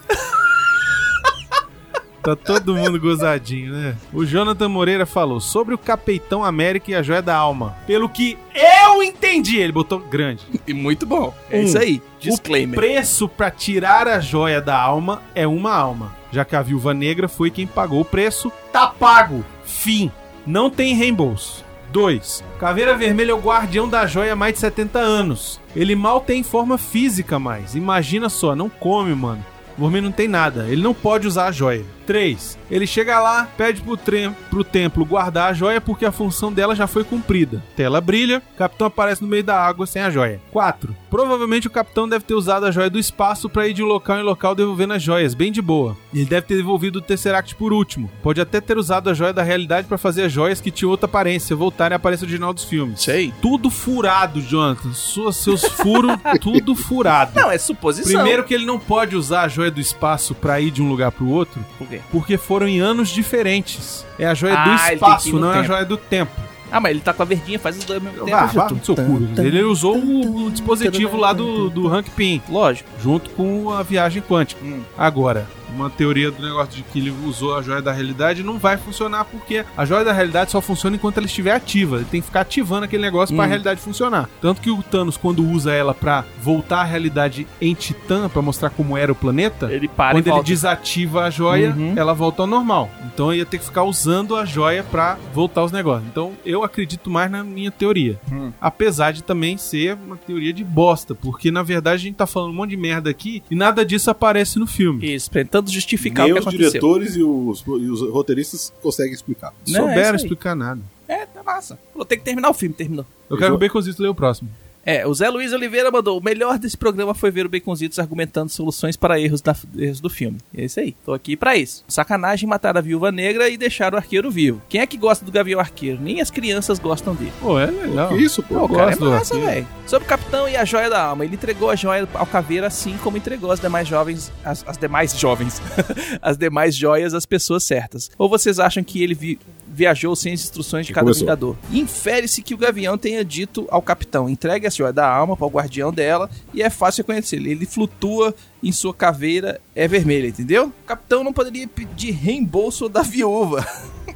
Tá todo mundo gozadinho, né? O Jonathan Moreira falou sobre o Capitão América e a Joia da Alma. Pelo que eu entendi, ele botou grande. E muito bom. É isso aí. Hum. O Disclaimer. preço pra tirar a joia da alma é uma alma. Já que a viúva negra foi quem pagou o preço, tá pago. Fim. Não tem reembolso. 2. Caveira Vermelha é o guardião da joia há mais de 70 anos. Ele mal tem forma física mais. Imagina só, não come, mano. O Mormon não tem nada, ele não pode usar a joia. 3. Ele chega lá, pede pro, trem, pro templo guardar a joia porque a função dela já foi cumprida. Tela brilha, o capitão aparece no meio da água sem a joia. 4. Provavelmente o capitão deve ter usado a joia do espaço pra ir de local em local devolvendo as joias, bem de boa. Ele deve ter devolvido o Tesseract por último. Pode até ter usado a joia da realidade pra fazer as joias que tinham outra aparência voltarem à aparência original dos filmes. Sei. Tudo furado, Jonathan. Sua- seus furos, tudo furado. Não, é suposição. Primeiro que ele não pode usar a joia do espaço pra ir de um lugar pro outro, Por quê? porque foram em anos diferentes. É a joia Ah, ele tem do que ir espaço, no não é a tempo. joia do tempo. Ah, mas ele tá com a verdinha, faz os dois ao mesmo tempo. Vá, vá no seu cu. Ele usou o, o dispositivo lá do, do Hank Pym, Lógico. junto com a viagem quântica. Hum. Agora, uma teoria do negócio de que ele usou a joia da realidade não vai funcionar, porque a joia da realidade só funciona enquanto ela estiver ativa. Ele tem que ficar ativando aquele negócio pra Hum. a realidade funcionar. Tanto que o Thanos, quando usa ela pra voltar à realidade em Titã, pra mostrar como era o planeta, Ele para quando e ele volta. desativa a joia, Uhum. ela volta ao normal. Então ia ter que ficar usando a joia pra voltar os negócios. Então eu acredito mais na minha teoria. Hum. Apesar de também ser uma teoria de bosta, porque na verdade a gente tá falando um monte de merda aqui e nada disso aparece no filme. Isso, tentando justificar Nem o que os aconteceu. diretores e os, e os roteiristas conseguem explicar. Não Não, é souberam isso aí. explicar nada. É, tá massa. Falou, tem que terminar o filme, terminou. Eu quero que Eles- o Baconzito leia o próximo. É, o Zé Luiz Oliveira mandou. O melhor desse programa foi ver o Baconzitos argumentando soluções para erros, da- erros do filme. É isso aí. Tô aqui pra isso. Sacanagem matar a viúva negra e deixar o arqueiro vivo. Quem é que gosta do Gavião Arqueiro? Nem as crianças gostam dele. Pô, é legal. Que isso, pô? Eu O cara é gosto do massa, arqueiro. velho. Sobre o capitão e a joia da alma. Ele entregou a joia ao caveira assim como entregou as demais jovens. As, as demais jovens. as demais joias às pessoas certas. Ou vocês acham que ele vi- viajou sem as instruções de E cada começou. vingador? Infere-se que o gavião tenha dito ao capitão: entregue a joia da alma para o guardião dela e é fácil reconhecê-lo. Ele flutua em sua caveira, é vermelha, entendeu? O capitão não poderia pedir reembolso da viúva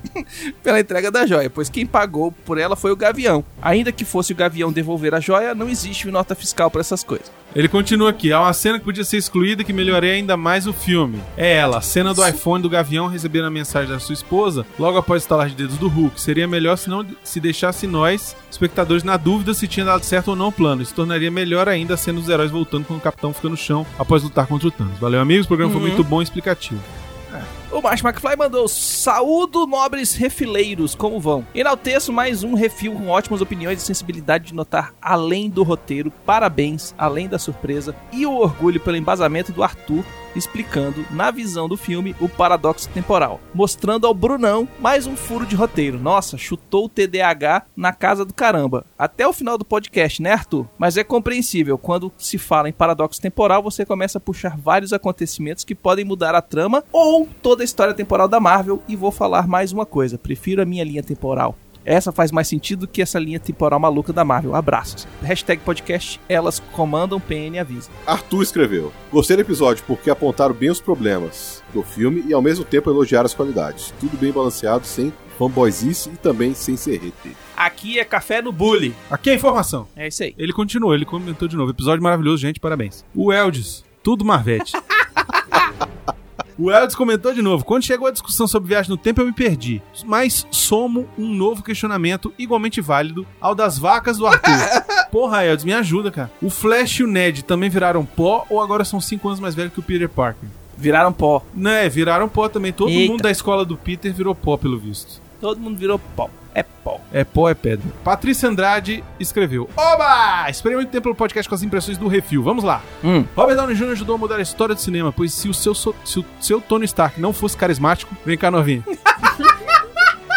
pela entrega da joia, pois quem pagou por ela foi o Gavião. Ainda que fosse o Gavião devolver a joia, não existe nota fiscal pra essas coisas. Ele continua aqui. Há uma cena que podia ser excluída que melhoraria ainda mais o filme. É ela, a cena do iPhone do Gavião recebendo a mensagem da sua esposa logo após estalar de dedos do Hulk. Seria melhor se não se deixasse nós, espectadores, na dúvida se tinha dado certo ou não o plano. Isso tornaria melhor ainda a cena dos heróis voltando quando o capitão fica no chão após lutar contra o Thanos. Valeu, amigos. O programa Uhum. foi muito bom e explicativo. O Márcio McFly mandou: Saúdo, nobres refileiros, como vão? Enalteço mais um refil com ótimas opiniões e sensibilidade de notar além do roteiro, parabéns, além da surpresa e o orgulho pelo embasamento do Arthur explicando, na visão do filme, o paradoxo temporal, mostrando ao Brunão mais um furo de roteiro. Nossa, chutou o TDAH na casa do caramba. Até o final do podcast, né, Arthur? Mas é compreensível, quando se fala em paradoxo temporal, você começa a puxar vários acontecimentos que podem mudar a trama ou toda a história temporal da Marvel. E vou falar mais uma coisa, prefiro a minha linha temporal. Essa faz mais sentido que essa linha temporal maluca da Marvel. Abraços. Hashtag podcast, elas comandam PN avisa. Arthur escreveu: Gostei do episódio porque apontaram bem os problemas do filme e ao mesmo tempo elogiaram as qualidades. Tudo bem balanceado, sem fanboyzice e também sem serrete. Aqui é café no bully. Aqui a informação. É isso aí. Ele continuou, ele comentou de novo. Episódio maravilhoso, gente. Parabéns. O Eldis, tudo Marvete. O Eldes comentou de novo. Quando chegou a discussão sobre viagem no tempo, eu me perdi. Mas somo um novo questionamento igualmente válido ao das vacas do Arthur. Porra, Eldes, me ajuda, cara. O Flash e o Ned também viraram pó ou agora são 5 anos mais velhos que o Peter Parker? Viraram pó. Né, viraram pó também. Todo Eita. mundo da escola do Peter virou pó, pelo visto. Todo mundo virou pó. É pó. É pó, é pedra. Patrícia Andrade escreveu: Oba! Esperei muito tempo pelo podcast com as impressões do refil. Vamos lá. Hum. Robert Downey Jr. ajudou a mudar a história do cinema, pois se o seu, so- se o seu Tony Stark não fosse carismático. Vem cá, novinha.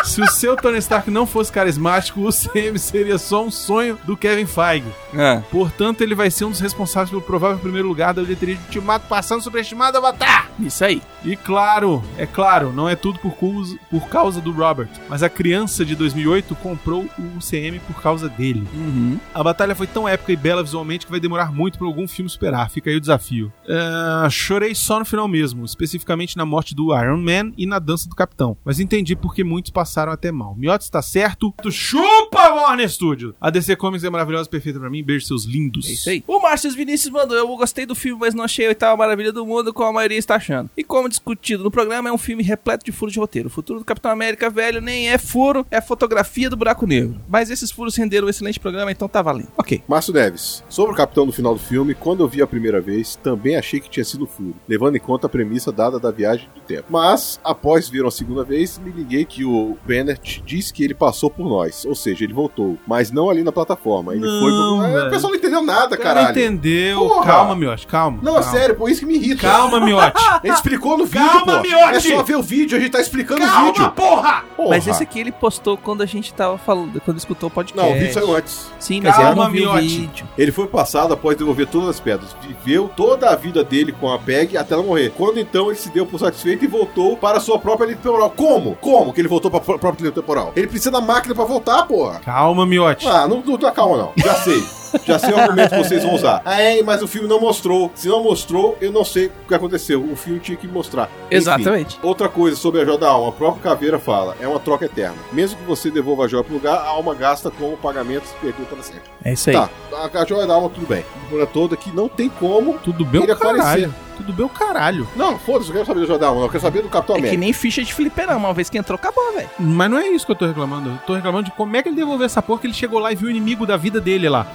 Se o seu Tony Stark não fosse carismático, o CM seria só um sonho do Kevin Feige. É. Ah. Portanto, ele vai ser um dos responsáveis pelo provável primeiro lugar da bilheteria de Ultimato passando superestimado Avatar. Isso aí. E claro, é claro, não é tudo por, causa- por causa do Robert, mas a criança de 2008 comprou o UCM por causa dele. Uhum. A batalha foi tão épica e bela visualmente que vai demorar muito pra algum filme superar. Fica aí o desafio. Ah, chorei só no final mesmo, especificamente na morte do Iron Man e na dança do Capitão. Mas entendi porque muitos passaram até mal. Miotti está certo. Tu chupa, Warner Studio! A DC Comics é maravilhosa, perfeita pra mim. Beijo, seus lindos. É isso aí. O Márcio Vinícius mandou: Eu gostei do filme, mas não achei a oitava maravilha do mundo, como a maioria está achando. E como discutido no programa, é um filme repleto de furos de roteiro. O futuro do Capitão América velho nem é furo, é fotografia do buraco negro. Mas esses furos renderam um excelente programa, então tá valendo. Ok. Márcio Neves, sobre o capitão no final do filme, quando eu vi a primeira vez, também achei que tinha sido um furo, levando em conta a premissa dada da viagem do tempo. Mas, após viram a segunda vez, me liguei que o Bennett disse que ele passou por nós, ou seja, ele voltou, mas não ali na plataforma. Ele Não, foi por... Ah, velho. O pessoal não entendeu nada, O cara caralho. entendeu. Porra. Calma, Miotti, calma. Não, é calma. sério, por isso que me irrita. Calma, Miotti. Ele explicou no vídeo, Calma, pô. Miotti. É só ver o vídeo, a gente tá explicando o calma, vídeo. porra! Porra. Mas esse aqui ele postou quando a gente tava falando, quando escutou o podcast. Não, o vídeo saiu antes. Sim, mas Calma, eu não vi miote. o vídeo. Ele foi passado após devolver todas as pedras. Viveu toda a vida dele com a PEG até ela morrer. Quando então ele se deu por satisfeito e voltou para a sua própria linha temporal. Como? Como que ele voltou para a própria linha temporal? Ele precisa da máquina para voltar, porra. Calma, Miotti. Ah, não, não, não calma não. Já sei. Já sei o argumento que vocês vão usar. Ah, é, mas o filme não mostrou. Se não mostrou, eu não sei o que aconteceu. O filme tinha que mostrar. Enfim, Exatamente. Outra coisa sobre a joia da alma, a própria caveira fala, é uma troca eterna. Mesmo que você devolva a joia para lugar, a alma gasta como pagamento se perdeu para sempre. É isso aí. Tá, a, a joia da alma, tudo bem. A Figura toda que não tem como Tudo bem ele o caralho. aparecer. Tudo bem o caralho. Não, foda-se, eu quero saber da joia da alma, não, eu quero saber do Capitão É que América. nem ficha de fliperama, uma vez que entrou, acabou, velho. Mas não é isso que eu tô reclamando. Eu tô reclamando de como é que ele devolveu essa porra que ele chegou lá e viu o inimigo da vida dele lá.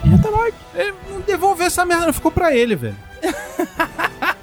Ele não devolveu essa merda, não. Ficou pra ele, velho.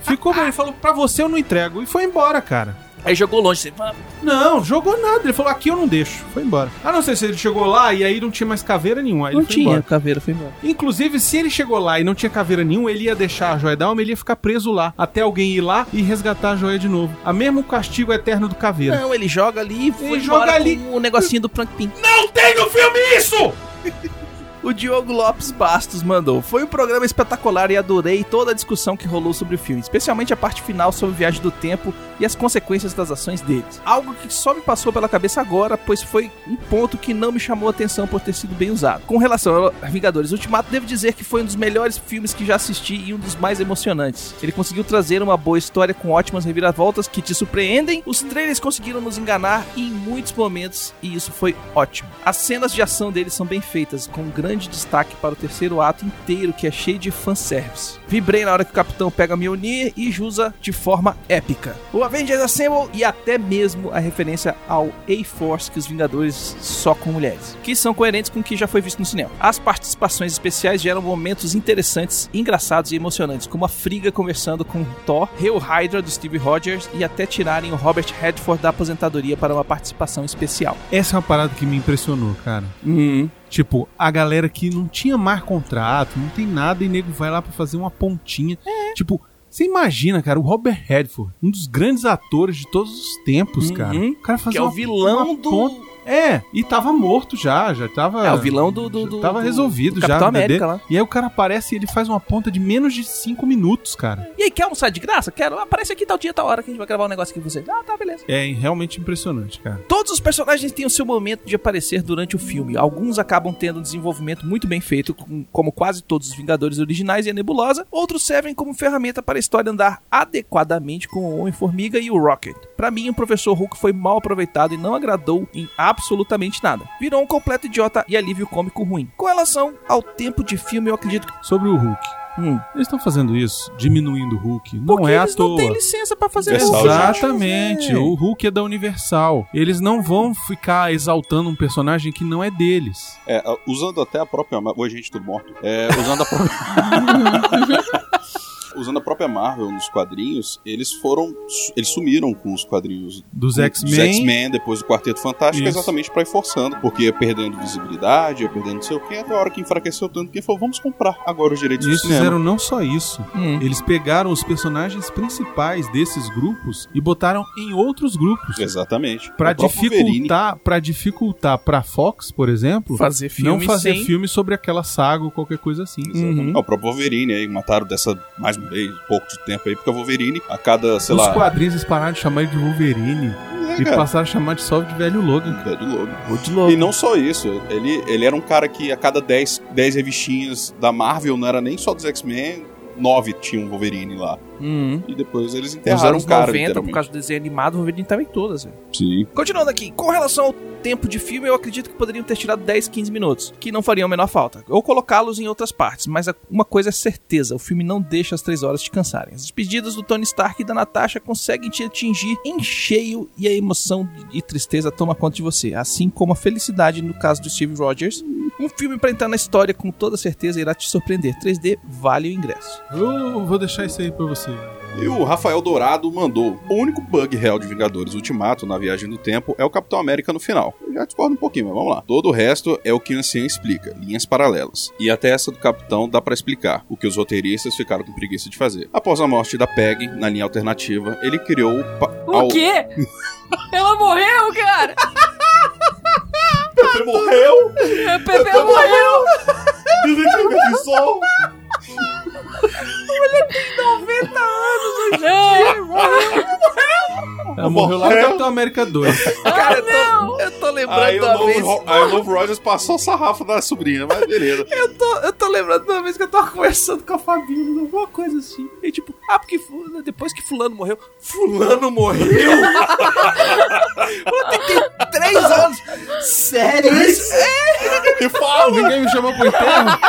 Ficou pra ele. Falou, pra você eu não entrego. E foi embora, cara. Aí jogou longe, você fala, Não, jogou nada. Ele falou, aqui eu não deixo. Foi embora. Ah, não sei se ele chegou lá e aí não tinha mais caveira nenhuma. Aí ele Não foi tinha, embora. caveira foi embora. Inclusive, se ele chegou lá e não tinha caveira nenhuma, ele ia deixar a joia da alma, ele ia ficar preso lá. Até alguém ir lá e resgatar a joia de novo. A mesmo castigo eterno do caveira. Não, ele joga ali e foi Ele embora joga ali. com o negocinho do Plankton. Não tem no filme isso! O Diogo Lopes Bastos mandou. Foi um programa espetacular e adorei toda a discussão que rolou sobre o filme, especialmente a parte final sobre viagem do tempo e as consequências das ações deles. Algo que só me passou pela cabeça agora, pois foi um ponto que não me chamou a atenção por ter sido bem usado. Com relação a Vingadores Ultimato, devo dizer que foi um dos melhores filmes que já assisti e um dos mais emocionantes. Ele conseguiu trazer uma boa história com ótimas reviravoltas que te surpreendem. Os trailers conseguiram nos enganar em muitos momentos e isso foi ótimo. As cenas de ação deles são bem feitas, com grande destaque para o terceiro ato inteiro, que é cheio de fanservice. Vibrei na hora que o capitão pega Mjolnir e Jusa de forma épica. O Avengers Assemble e até mesmo a referência ao A-Force que os Vingadores só com mulheres, que são coerentes com o que já foi visto no cinema. As participações especiais geram momentos interessantes, engraçados e emocionantes, como a Friga conversando com Thor, Hail Hydra do Steve Rogers e até tirarem o Robert Redford da aposentadoria para uma participação especial. Essa é uma parada que me impressionou, cara. Hum. Tipo, a galera que não tinha mais contrato, não tem nada, e nego vai lá pra fazer uma pontinha. É. Tipo, você imagina, cara, o Robert Redford, um dos grandes atores de todos os tempos, Uhum. cara. O cara fazia Que é o uma- vilão uma do. ponta- É, e tava morto já, já tava. É, o vilão do. do, do- já tava do- resolvido do já. Capitão o bebê. América lá. E aí o cara aparece e ele faz uma ponta de menos de 5 minutos, cara. E aí, quer almoçar de graça? Quero. Aparece aqui tal dia, tal hora que a gente vai gravar um negócio aqui com você. Ah, tá, beleza. É realmente impressionante, cara. Todos os personagens têm o seu momento de aparecer durante o filme. Alguns acabam tendo um desenvolvimento muito bem feito, com- como quase todos os Vingadores originais e a Nebulosa. Outros servem como ferramenta para a história andar adequadamente com o Homem-Formiga e o Rocket. Pra mim, o Professor Hulk foi mal aproveitado e não agradou em absolutamente nada. Virou um completo idiota e alívio cômico ruim. Com relação ao tempo de filme, eu acredito que Sobre o Hulk. Hum. Eles estão fazendo isso, diminuindo o Hulk. Não Porque é à eles não toa. É têm licença pra fazer Universal, Hulk. gente. Exatamente. É. O Hulk é da Universal. Eles não vão ficar exaltando um personagem que não é deles. É, usando até a própria. Mar- Oi, gente, tudo morto. É, usando a própria. Usando a própria Marvel nos quadrinhos, eles foram. su- Eles sumiram com os quadrinhos Dos Dos X-Men. X-Men, depois do Quarteto Fantástico, Isso. exatamente pra ir forçando, porque ia perdendo visibilidade, ia perdendo não sei o quê, até a hora que enfraqueceu tanto que falou, vamos comprar agora os direitos do Eles cinema. fizeram não só isso. Hum. Eles pegaram os personagens principais desses grupos e botaram em outros grupos. Exatamente. um Pra É O próprio Wolverine. dificultar, pra dificultar pra Fox, por exemplo, Fazer não filme fazer sem... filme sobre aquela saga ou qualquer coisa assim. Uhum. Ah, o próprio Wolverine aí, mataram dessa mais uma vez, pouco de tempo aí, porque o Wolverine, a cada, sei Os lá. quadrinhos eles pararam de chamar ele de Wolverine É, e cara, passaram a chamar de só de velho Logan. é do lobo. Good Logan. E não só isso, ele, ele era um cara que a cada 10, 10 revistinhas da Marvel, não era nem só dos X-Men, 9 tinha um Wolverine lá. Uhum. E depois eles Nos enterraram anos o um cara, 90, por literalmente. causa do desenho animado, o Wolverine tava em todas. velho. Sim. Continuando aqui, com relação ao tempo de filme, eu acredito que poderiam ter tirado 10, 15 minutos, que não fariam a menor falta, ou colocá-los em outras partes, mas a- uma coisa é certeza, o filme não deixa as três horas te cansarem. As despedidas do Tony Stark e da Natasha conseguem te atingir em cheio e a emoção e tristeza toma conta de você, assim como a felicidade no caso do Steve Rogers. Um filme pra entrar na história com toda certeza irá te surpreender. 3D vale o ingresso. Eu vou deixar isso aí pra você. E o Rafael Dourado mandou: O único bug real de Vingadores Ultimato na viagem do tempo é o Capitão América no final. Eu já discordo um pouquinho, mas vamos lá. Todo o resto é o que o ancião explica, linhas paralelas. E até essa do Capitão dá pra explicar, o que os roteiristas ficaram com preguiça de fazer. Após a morte da Peg, na linha alternativa, ele criou o. pa- O quê? Ela morreu, cara! Você morreu? A É, Pepe morreu! Desliga de sol? Não! Tá Ela morreu É. lá no Capitão América 2. Cara, eu tô, eu tô lembrando Aí o da novo vez. Ro- aí o novo Rogers passou o sarrafo da sobrinha, mas beleza. Eu tô, eu tô lembrando de uma vez que eu tava conversando com a Fabíola, alguma coisa assim. E tipo, ah, porque fu- depois que fulano morreu, fulano morreu? Puta, que três anos. Sério? Isso? É, E fala! Ninguém me chamou pro enterro.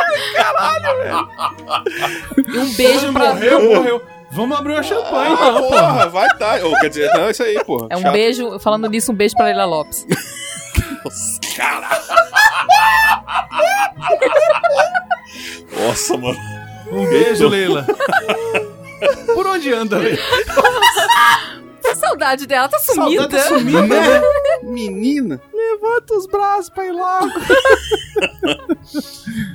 E um beijo pra. Morreu, morreu. Vamos abrir uma champanhe então, pô. Porra, vai tá. Ou, quer dizer, não, é isso aí, porra. É um Chato. beijo, falando nisso, um beijo pra Leila Lopes. Nossa, mano. Um beijo, Leila. Por onde anda, Leila? Que saudade dela, tá sumida. Saudade sumida, né? Menina. Levanta os braços pra ir lá.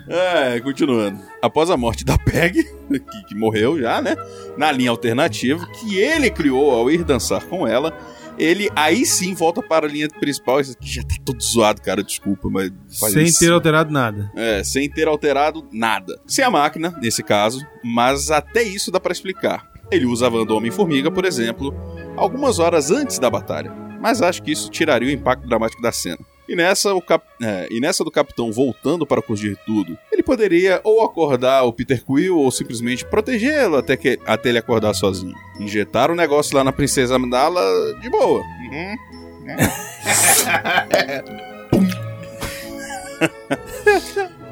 É, continuando. Após a morte da Peg, que, que morreu já, né? Na linha alternativa, que ele criou ao ir dançar com ela, ele aí sim volta para a linha principal. Isso aqui já tá todo zoado, cara, desculpa, mas. faz Sem isso. ter alterado nada. É, sem ter alterado nada. Sem a máquina, nesse caso, mas até isso dá pra explicar. Ele usa a van do Homem-Formiga, por exemplo, algumas horas antes da batalha, mas acho que isso tiraria o impacto dramático da cena. E nessa, o cap... é, e nessa do Capitão voltando para corrigir tudo, ele poderia ou acordar o Peter Quill ou simplesmente protegê-lo até, que... até ele acordar sozinho. Injetar o negócio lá na Princesa Amidala de boa. Uhum.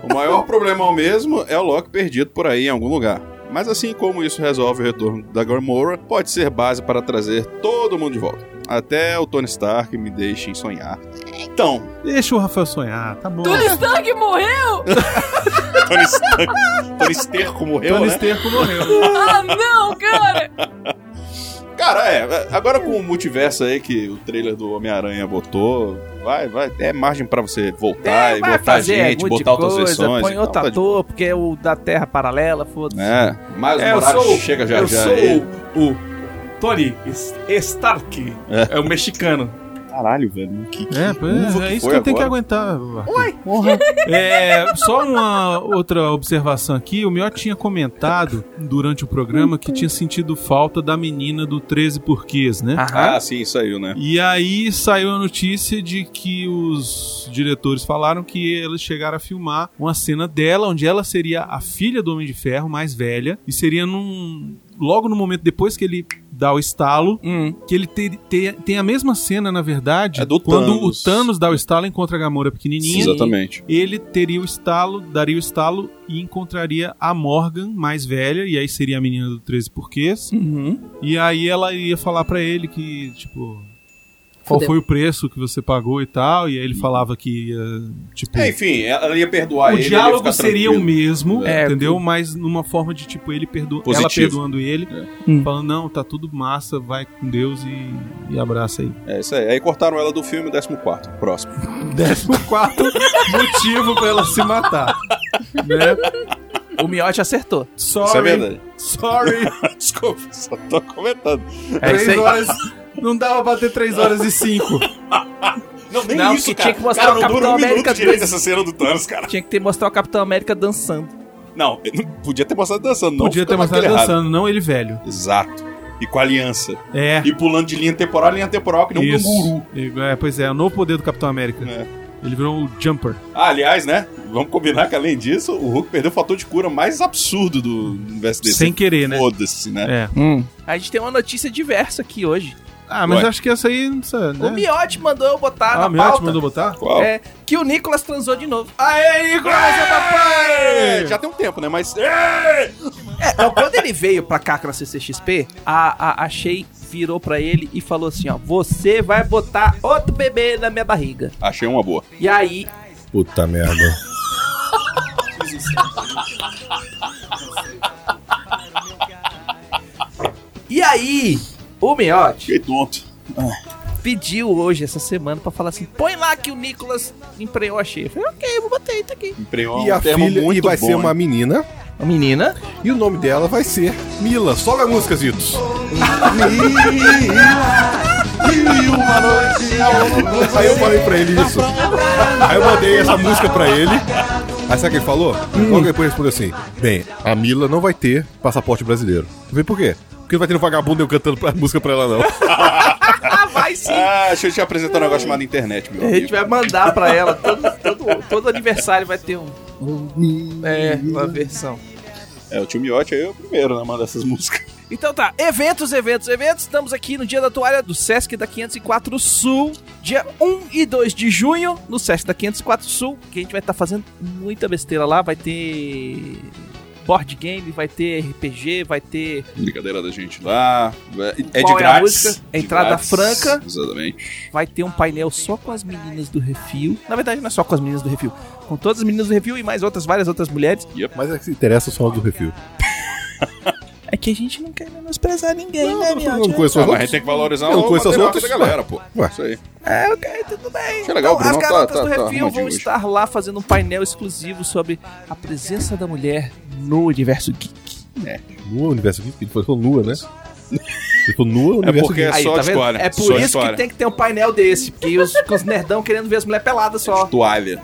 O maior problemão mesmo é o Loki perdido por aí em algum lugar. Mas assim como isso resolve o retorno da Gamora, pode ser base para trazer todo mundo de volta. Até o Tony Stark me deixem sonhar. Então, Deixa o Rafael sonhar, tá bom. Tony Stark morreu! Tony Stark, Tony Sterco morreu, Tony né? Sterco morreu. Ah, não, cara! Cara, é, agora com o multiverso aí que o trailer do Homem-Aranha botou, vai, vai, é margem pra você voltar e É, vai botar gente, um monte de botar outras coisa, versões. Põe e tal, outro tá de- ator, porque é o da Terra Paralela, foda-se. né? É, um mas É, o Morales chega já eu já. sou aí. o, o Tony S- Stark. É. o mexicano. Caralho, velho, que, que É, pô, uva é, que isso foi que eu tenho que agora. aguentar. Oi, É, só uma outra observação aqui. O Miotti tinha comentado durante o programa que tinha sentido falta da menina do 13 Porquês, né? Aham. Ah, sim, saiu, né? E aí saiu a notícia de que os diretores falaram que eles chegaram a filmar uma cena dela, onde ela seria a filha do Homem de Ferro, mais velha, e seria num. Logo no momento depois que ele dá o estalo, Hum. que ele te- te- tem a mesma cena, na verdade, É do quando Thanos. o Thanos dá o estalo e encontra a Gamora pequenininha. Exatamente. Ele teria o estalo, daria o estalo e encontraria a Morgan mais velha, e aí seria a menina do 13 porquês. Uhum. E aí ela ia falar pra ele que, tipo, qual Fudeu. foi o preço que você pagou e tal, e aí ele falava que ia, tipo, É, enfim, ela ia perdoar o ele. ele ia diálogo ficar seria tranquilo. o mesmo, É, entendeu? Mas numa forma de, tipo, ele perdo... ela Positivo. É. perdoando ele, Hum. falando, não, tá tudo massa, vai com Deus e, e abraça aí. É isso aí. Aí cortaram ela do filme 14. Próximo. Décimo quarto motivo pra ela se matar. né? O Miotti acertou. Sorry. Isso é verdade. É, Sorry. Desculpa, só tô comentando. É isso três aí. horas. Não dava pra ter 3 horas e 5. Não, nem Não, isso, que cara. tinha que mostrar cara, o não dura Capitão um minuto América direito dois. essa cena do Thanos, cara. Tinha que ter mostrar o Capitão América dançando. Não, eu não- podia ter mostrado dançando, não. Podia ter ficou mostrado naquele errado. dançando, não ele velho. Exato. E com a aliança. É. E pulando de linha temporal, a linha temporal, que nem um Isso. canguru. É, pois é, é o novo poder do Capitão América. É. Ele virou o Jumper. Ah, aliás, né? Vamos combinar que além disso, o Hulk perdeu o fator de cura mais absurdo do do universo desse. Sem querer, né? Foda-se, né? É. A gente tem uma notícia diversa aqui hoje. Ah, mas Ué. acho que essa aí não precisa, O né? Miotti mandou eu botar Ah, na o Miotti pauta mandou botar? Qual? é, que o Nicolas transou de novo. Aê, Nicolas, Aê! papai! Já tem um tempo, né? Mas. Aê! É, então, quando ele veio pra cá na CCXP, a, a, a Shea virou pra ele e falou assim, ó, você vai botar outro bebê na minha barriga. Achei uma boa. E aí, Puta merda. e aí, o Miotti Que tonto. pediu hoje, essa semana, pra falar assim, põe lá que o Nicolas empregou a Shea. Eu falei, ok, eu vou botar aí, tá aqui. Empreendeu E a filha e vai ser uma menina. A menina, E o nome dela vai ser Mila. Sobe a música, Zitos. Aí eu falei pra ele isso. Aí eu mandei essa música pra ele. Aí sabe o que ele falou? Logo depois ele respondeu assim: Bem, a Mila não vai ter passaporte brasileiro. Eu falei, por quê? Porque não vai ter um vagabundo eu cantando pra- música pra ela, não. ah, vai sim. Ah, deixa eu te apresentar É. um negócio chamado internet, meu A gente amigo. vai mandar pra ela. Todo, todo, todo aniversário vai ter um. É, uma versão. É, o tio Miotti aí é o primeiro, né? Manda essas músicas. Então tá, eventos, eventos, eventos. Estamos aqui no dia da toalha do Sesc da 504 Sul, dia 1 e 2 de junho, no Sesc da 504 Sul, que a gente vai estar fazendo muita besteira lá. Vai ter board game, vai ter RPG, vai ter Brincadeira da gente né? lá. É de Qual é a grátis. música? de Entrada grátis. franca. Exatamente. vai ter um painel só com as meninas do refil. Na verdade, não é só com as meninas do refil, com todas as meninas do refil e mais outras várias outras mulheres. Mas é que se interessa só do refil. É que a gente não quer menosprezar ninguém, Não, né, não, não, Miotti? não conheço Ah, as mas a gente outras. tem que valorizar Eu não o conheço as material outras, da galera, pô. Ué. Isso aí. É, ok, tudo bem. Achei legal, então, Bruno, as garotas tá- do tá- tá Refil vão arrumadinho hoje. estar lá fazendo um painel exclusivo sobre a presença da mulher no universo geek. É, Nua, universo geek. Ele falou nua, né? Ele falou nua, universo porque geek. É só história, É por só isso história. que tem que ter um painel desse, porque os, os nerdão querendo ver as mulheres peladas só, Toalha.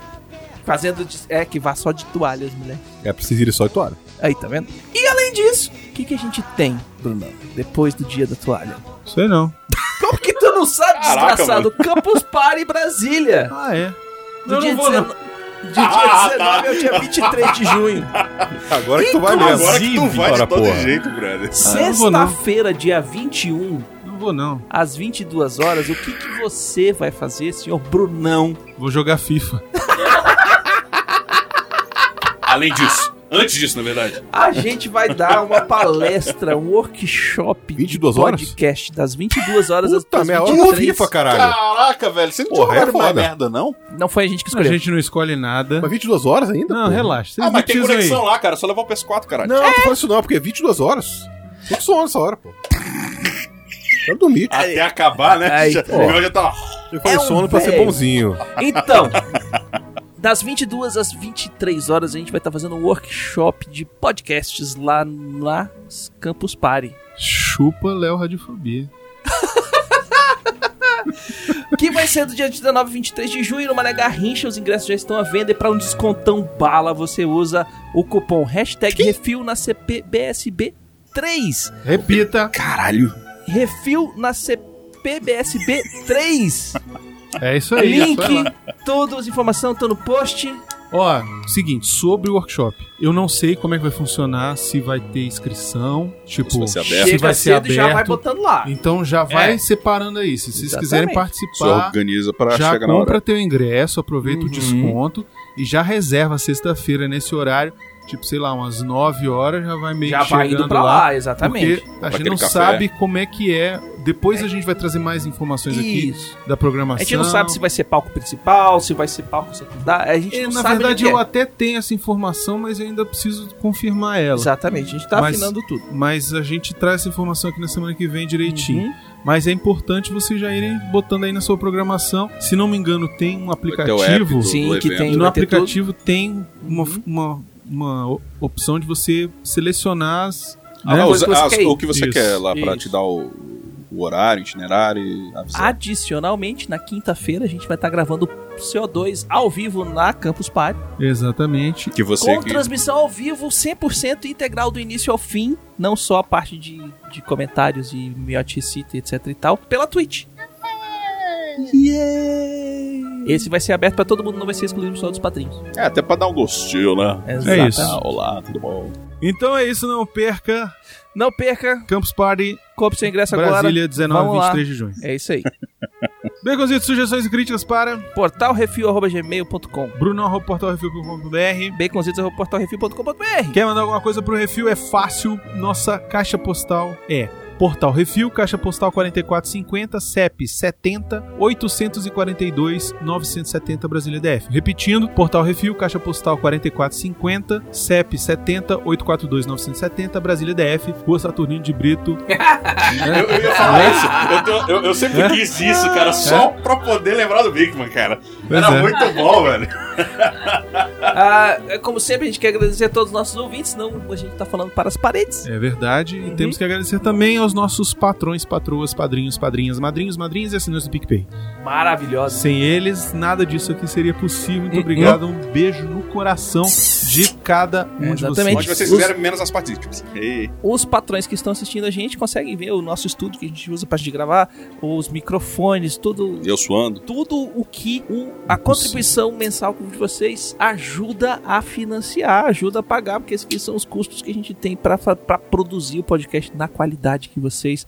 fazendo de- é que vá só de toalhas, mulher. É preciso ir só e toalha. Aí, tá vendo? E além disso, o que, que a gente tem, Bruno, depois do dia da toalha? Sei não. Como que tu não sabe, Caraca, desgraçado? Campus Party Brasília. Ah, é. Do Eu dia não vou, não. 19 do Ah, dia tá. 19 ao dia 23 de junho. Agora que tu vai mesmo. Então, Agora que tu vai então. de Ora, todo porra. jeito, brother. Ah, eu não vou, não. Sexta-feira, dia 21, Não vou, não. às 22 horas, o que, que você vai fazer, senhor Brunão? Vou jogar FIFA. Além disso. Antes disso, na verdade. A gente vai dar uma palestra, um workshop 22 de horas? podcast das 22 horas às Puta, minha hora do 23. FIFA, caralho. Caraca, velho. Você não Porra, tinha é jogado mais foda. merda, não? Não foi a gente que A escolheu. gente não escolhe nada. Mas 22 horas ainda? Não, pô? relaxa. Vocês Ah, mas tem batizam aí. conexão lá, cara. é Só levar o PS4, caralho. Não, não fala isso não, porque é 22 horas. Tô com sono essa hora, pô. Quero dormir. Até acabar, né? Ai, já, pô. o Miotti já tá lá. Eu falei é um sono pra ser velho. bonzinho. Então, das 22 às 23 horas, a gente vai estar fazendo um workshop de podcasts lá na Campus Party. Chupa Léo Radiofobia. Que vai ser do dia 19 e 23 de junho no Mané Garrincha. Os ingressos já estão à venda e para um descontão bala você usa o cupom hashtag refil na CPBSB3. Repita. Caralho. Refil na CPBSB3. É isso aí. Link, vai lá. é todas as informações estão no post. Ó, seguinte, sobre o workshop. Eu não sei como é que vai funcionar, se vai ter inscrição, tipo, vai ser aberto. se vai ser cedo e já vai aberto. botando lá. Então já vai É. separando aí. Se vocês Exatamente. quiserem Você participar, organiza pra já chegar na hora. compra teu ingresso, aproveita Uhum. o desconto e já reserva sexta-feira nesse horário, tipo, sei lá, umas 9 horas, já vai meio Já que vai chegando indo pra lá. lá, Porque exatamente. a gente aquele não café. sabe como é que é. Depois a gente vai trazer mais informações aqui Isso. da A programação. gente não sabe se vai ser palco principal, se vai ser palco secundário. A gente É, não na sabe onde verdade, que eu é. até tenho essa informação, mas eu ainda preciso confirmar ela. Exatamente, a gente tá Mas- afinando tudo. Mas a gente traz essa informação aqui na semana que vem direitinho. Uhum. Mas é importante vocês já irem botando aí na sua programação. Se não me engano, tem um ter o app aplicativo. do- Sim, do que evento. E tem no vai ter Uhum. aplicativo tem uma, uma, uma o- opção de você selecionar as. Ah, né? lá, coisa que os- você as- quer ir. o que você Isso, quer lá pra isso. te dar o, o horário, itinerário e tudo. avisar. Adicionalmente, na quinta-feira a gente vai estar gravando o CO2 ao vivo na Campus Party, Exatamente. que você com que- transmissão ao vivo 100% integral do início ao fim, não só a parte de, de comentários e miotice, etc e tal, pela Twitch. Yeah. Esse vai ser aberto pra todo mundo, não vai ser exclusivo só dos padrinhos. É, até pra dar um gostinho, né? É isso. Ah, olá, tudo bom? Então é isso, não perca. Não perca, Campus Party, compre seu ingresso agora. Brasília, 19 Vamos e lá. 23 de junho. É isso aí. Baconzitos, sugestões e críticas para portalrefil.gmail.com bruno.portalrefil.com.br. baconzitos.portalrefil.com.br Quer mandar alguma coisa pro Refil? É fácil. Nossa caixa postal é Portal Refil, caixa postal 4450, CEP 70 842 970 Brasília DF. Repetindo, Portal Refil, caixa postal 4450, CEP 70 842 970 Brasília DF, Rua Saturnino de Brito. Ah, Eu, eu ia falar isso. Eu, tenho- eu- eu É? sempre quis isso, cara, só pra poder lembrar do Big Man, cara. Pois Era é. muito bom, velho. Ah, é como sempre, a gente quer agradecer a todos os nossos ouvintes, não a gente tá falando para as paredes. É verdade. E Uhum. temos que agradecer também aos nossos patrões, patroas, padrinhos, padrinhas, madrinhos, madrinhas e assinantes do PicPay. Maravilhosa. Sem eles, nada disso aqui seria possível. Muito Uhum. obrigado. Um beijo no coração de cada um É, de exatamente. vocês. Onde vocês fizeram menos as partículas. Ei, Os patrões que estão assistindo a gente conseguem ver o nosso estúdio que a gente usa pra gente gravar, os microfones, tudo, Eu suando. tudo o que o- a contribuição mensal de vocês ajuda a financiar, ajuda a pagar, porque esses aqui são os custos que a gente tem pra fa- pra produzir o podcast na qualidade que vocês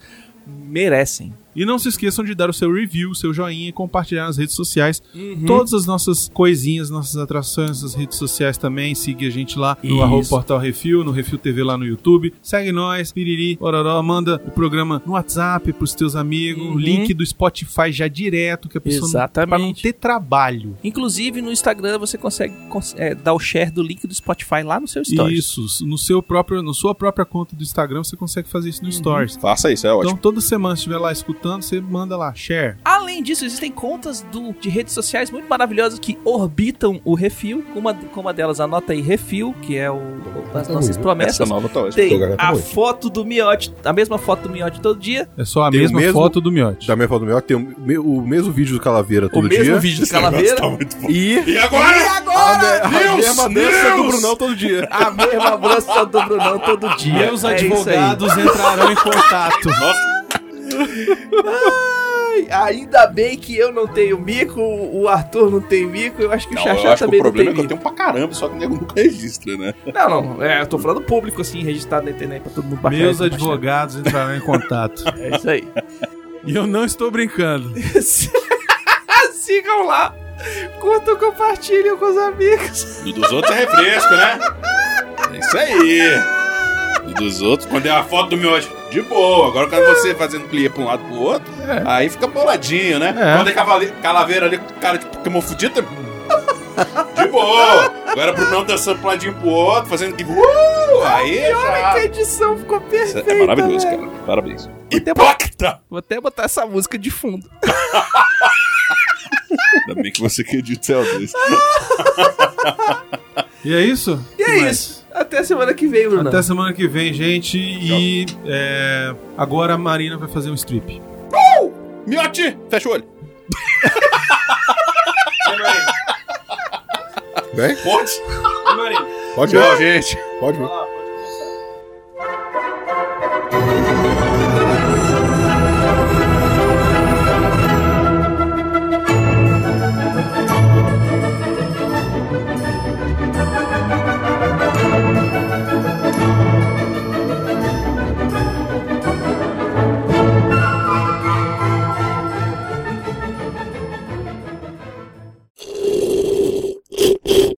merecem. E não se esqueçam de dar o seu review, o seu joinha e compartilhar nas redes sociais. Uhum. Todas as nossas coisinhas, nossas atrações nas redes sociais também. Seguir a gente lá no Isso. arroba Portal Refil, no Refil TV lá no YouTube. Segue nós, piriri, ororó. Manda o programa no WhatsApp pros teus amigos. Uhum. O link do Spotify já direto, que a pessoa não, pra não Exatamente. ter trabalho. Inclusive no Instagram você consegue cons- é, dar o share do link do Spotify lá no seu Stories. Isso, no seu próprio, na sua própria conta do Instagram você consegue fazer isso no Stories. Faça isso, é Então ótimo. toda semana se estiver lá escutando, você manda lá share. Além disso, existem contas do- de redes sociais muito maravilhosas que orbitam o Refil. Uma, como uma delas, anota aí Refil, que é o, o- as nossas Essa promessas. nova tá ótima. Tem Jogar a até hoje. foto do Miote, a mesma foto do Miote todo dia, É só a Tem o mesma mesmo- foto do Miote. Da minha foto do melhor, tem o, me- o mesmo vídeo do Calaveira o todo mesmo dia. vídeo do Esse negócio Calaveira, tá muito bom. E E agora? a, me- a News, mesma dança do News. Brunão todo dia. a mesma dança do Brunão todo dia. Meus É isso aí. advogados entrarão em contato. Nossa, Ainda bem que eu não tenho mico, o Arthur não tem mico, eu acho que não, o eu Chachá acho que também o não tem problema é que eu mico. tenho pra caramba, só que o nego nunca registra, né? Não, não, é, eu tô falando público, assim, registrado na internet pra todo mundo baixar. Meus e compartilhar. advogados entrarão em contato. É isso aí. E eu não estou brincando. Sigam lá. Curtam, compartilhem com os amigos. E dos outros é refresco, né? É isso aí. E dos outros, quando é a foto do meu hoje, de boa. Agora quando você fazendo clipe pra um lado pro outro, aí fica boladinho, né? É. Quando é cavale- calaveira ali com cara de Pokémon fudido, de boa. Agora Brunão dançando pra um ladinho pro outro, fazendo que. Uh, aí já. A edição ficou Isso perfeita. é maravilhoso, velho. cara. Parabéns. até- Hipócrita! Vou até botar essa música de fundo. Ainda bem que você acredita em Deus. E é isso? E é isso. Até semana que vem, Bruno. Até semana que vem, gente. E é, agora a Marina vai fazer um strip. Miote! Fecha o olho. Vem, Pode? pode ir. Tchau, gente. Pode ir.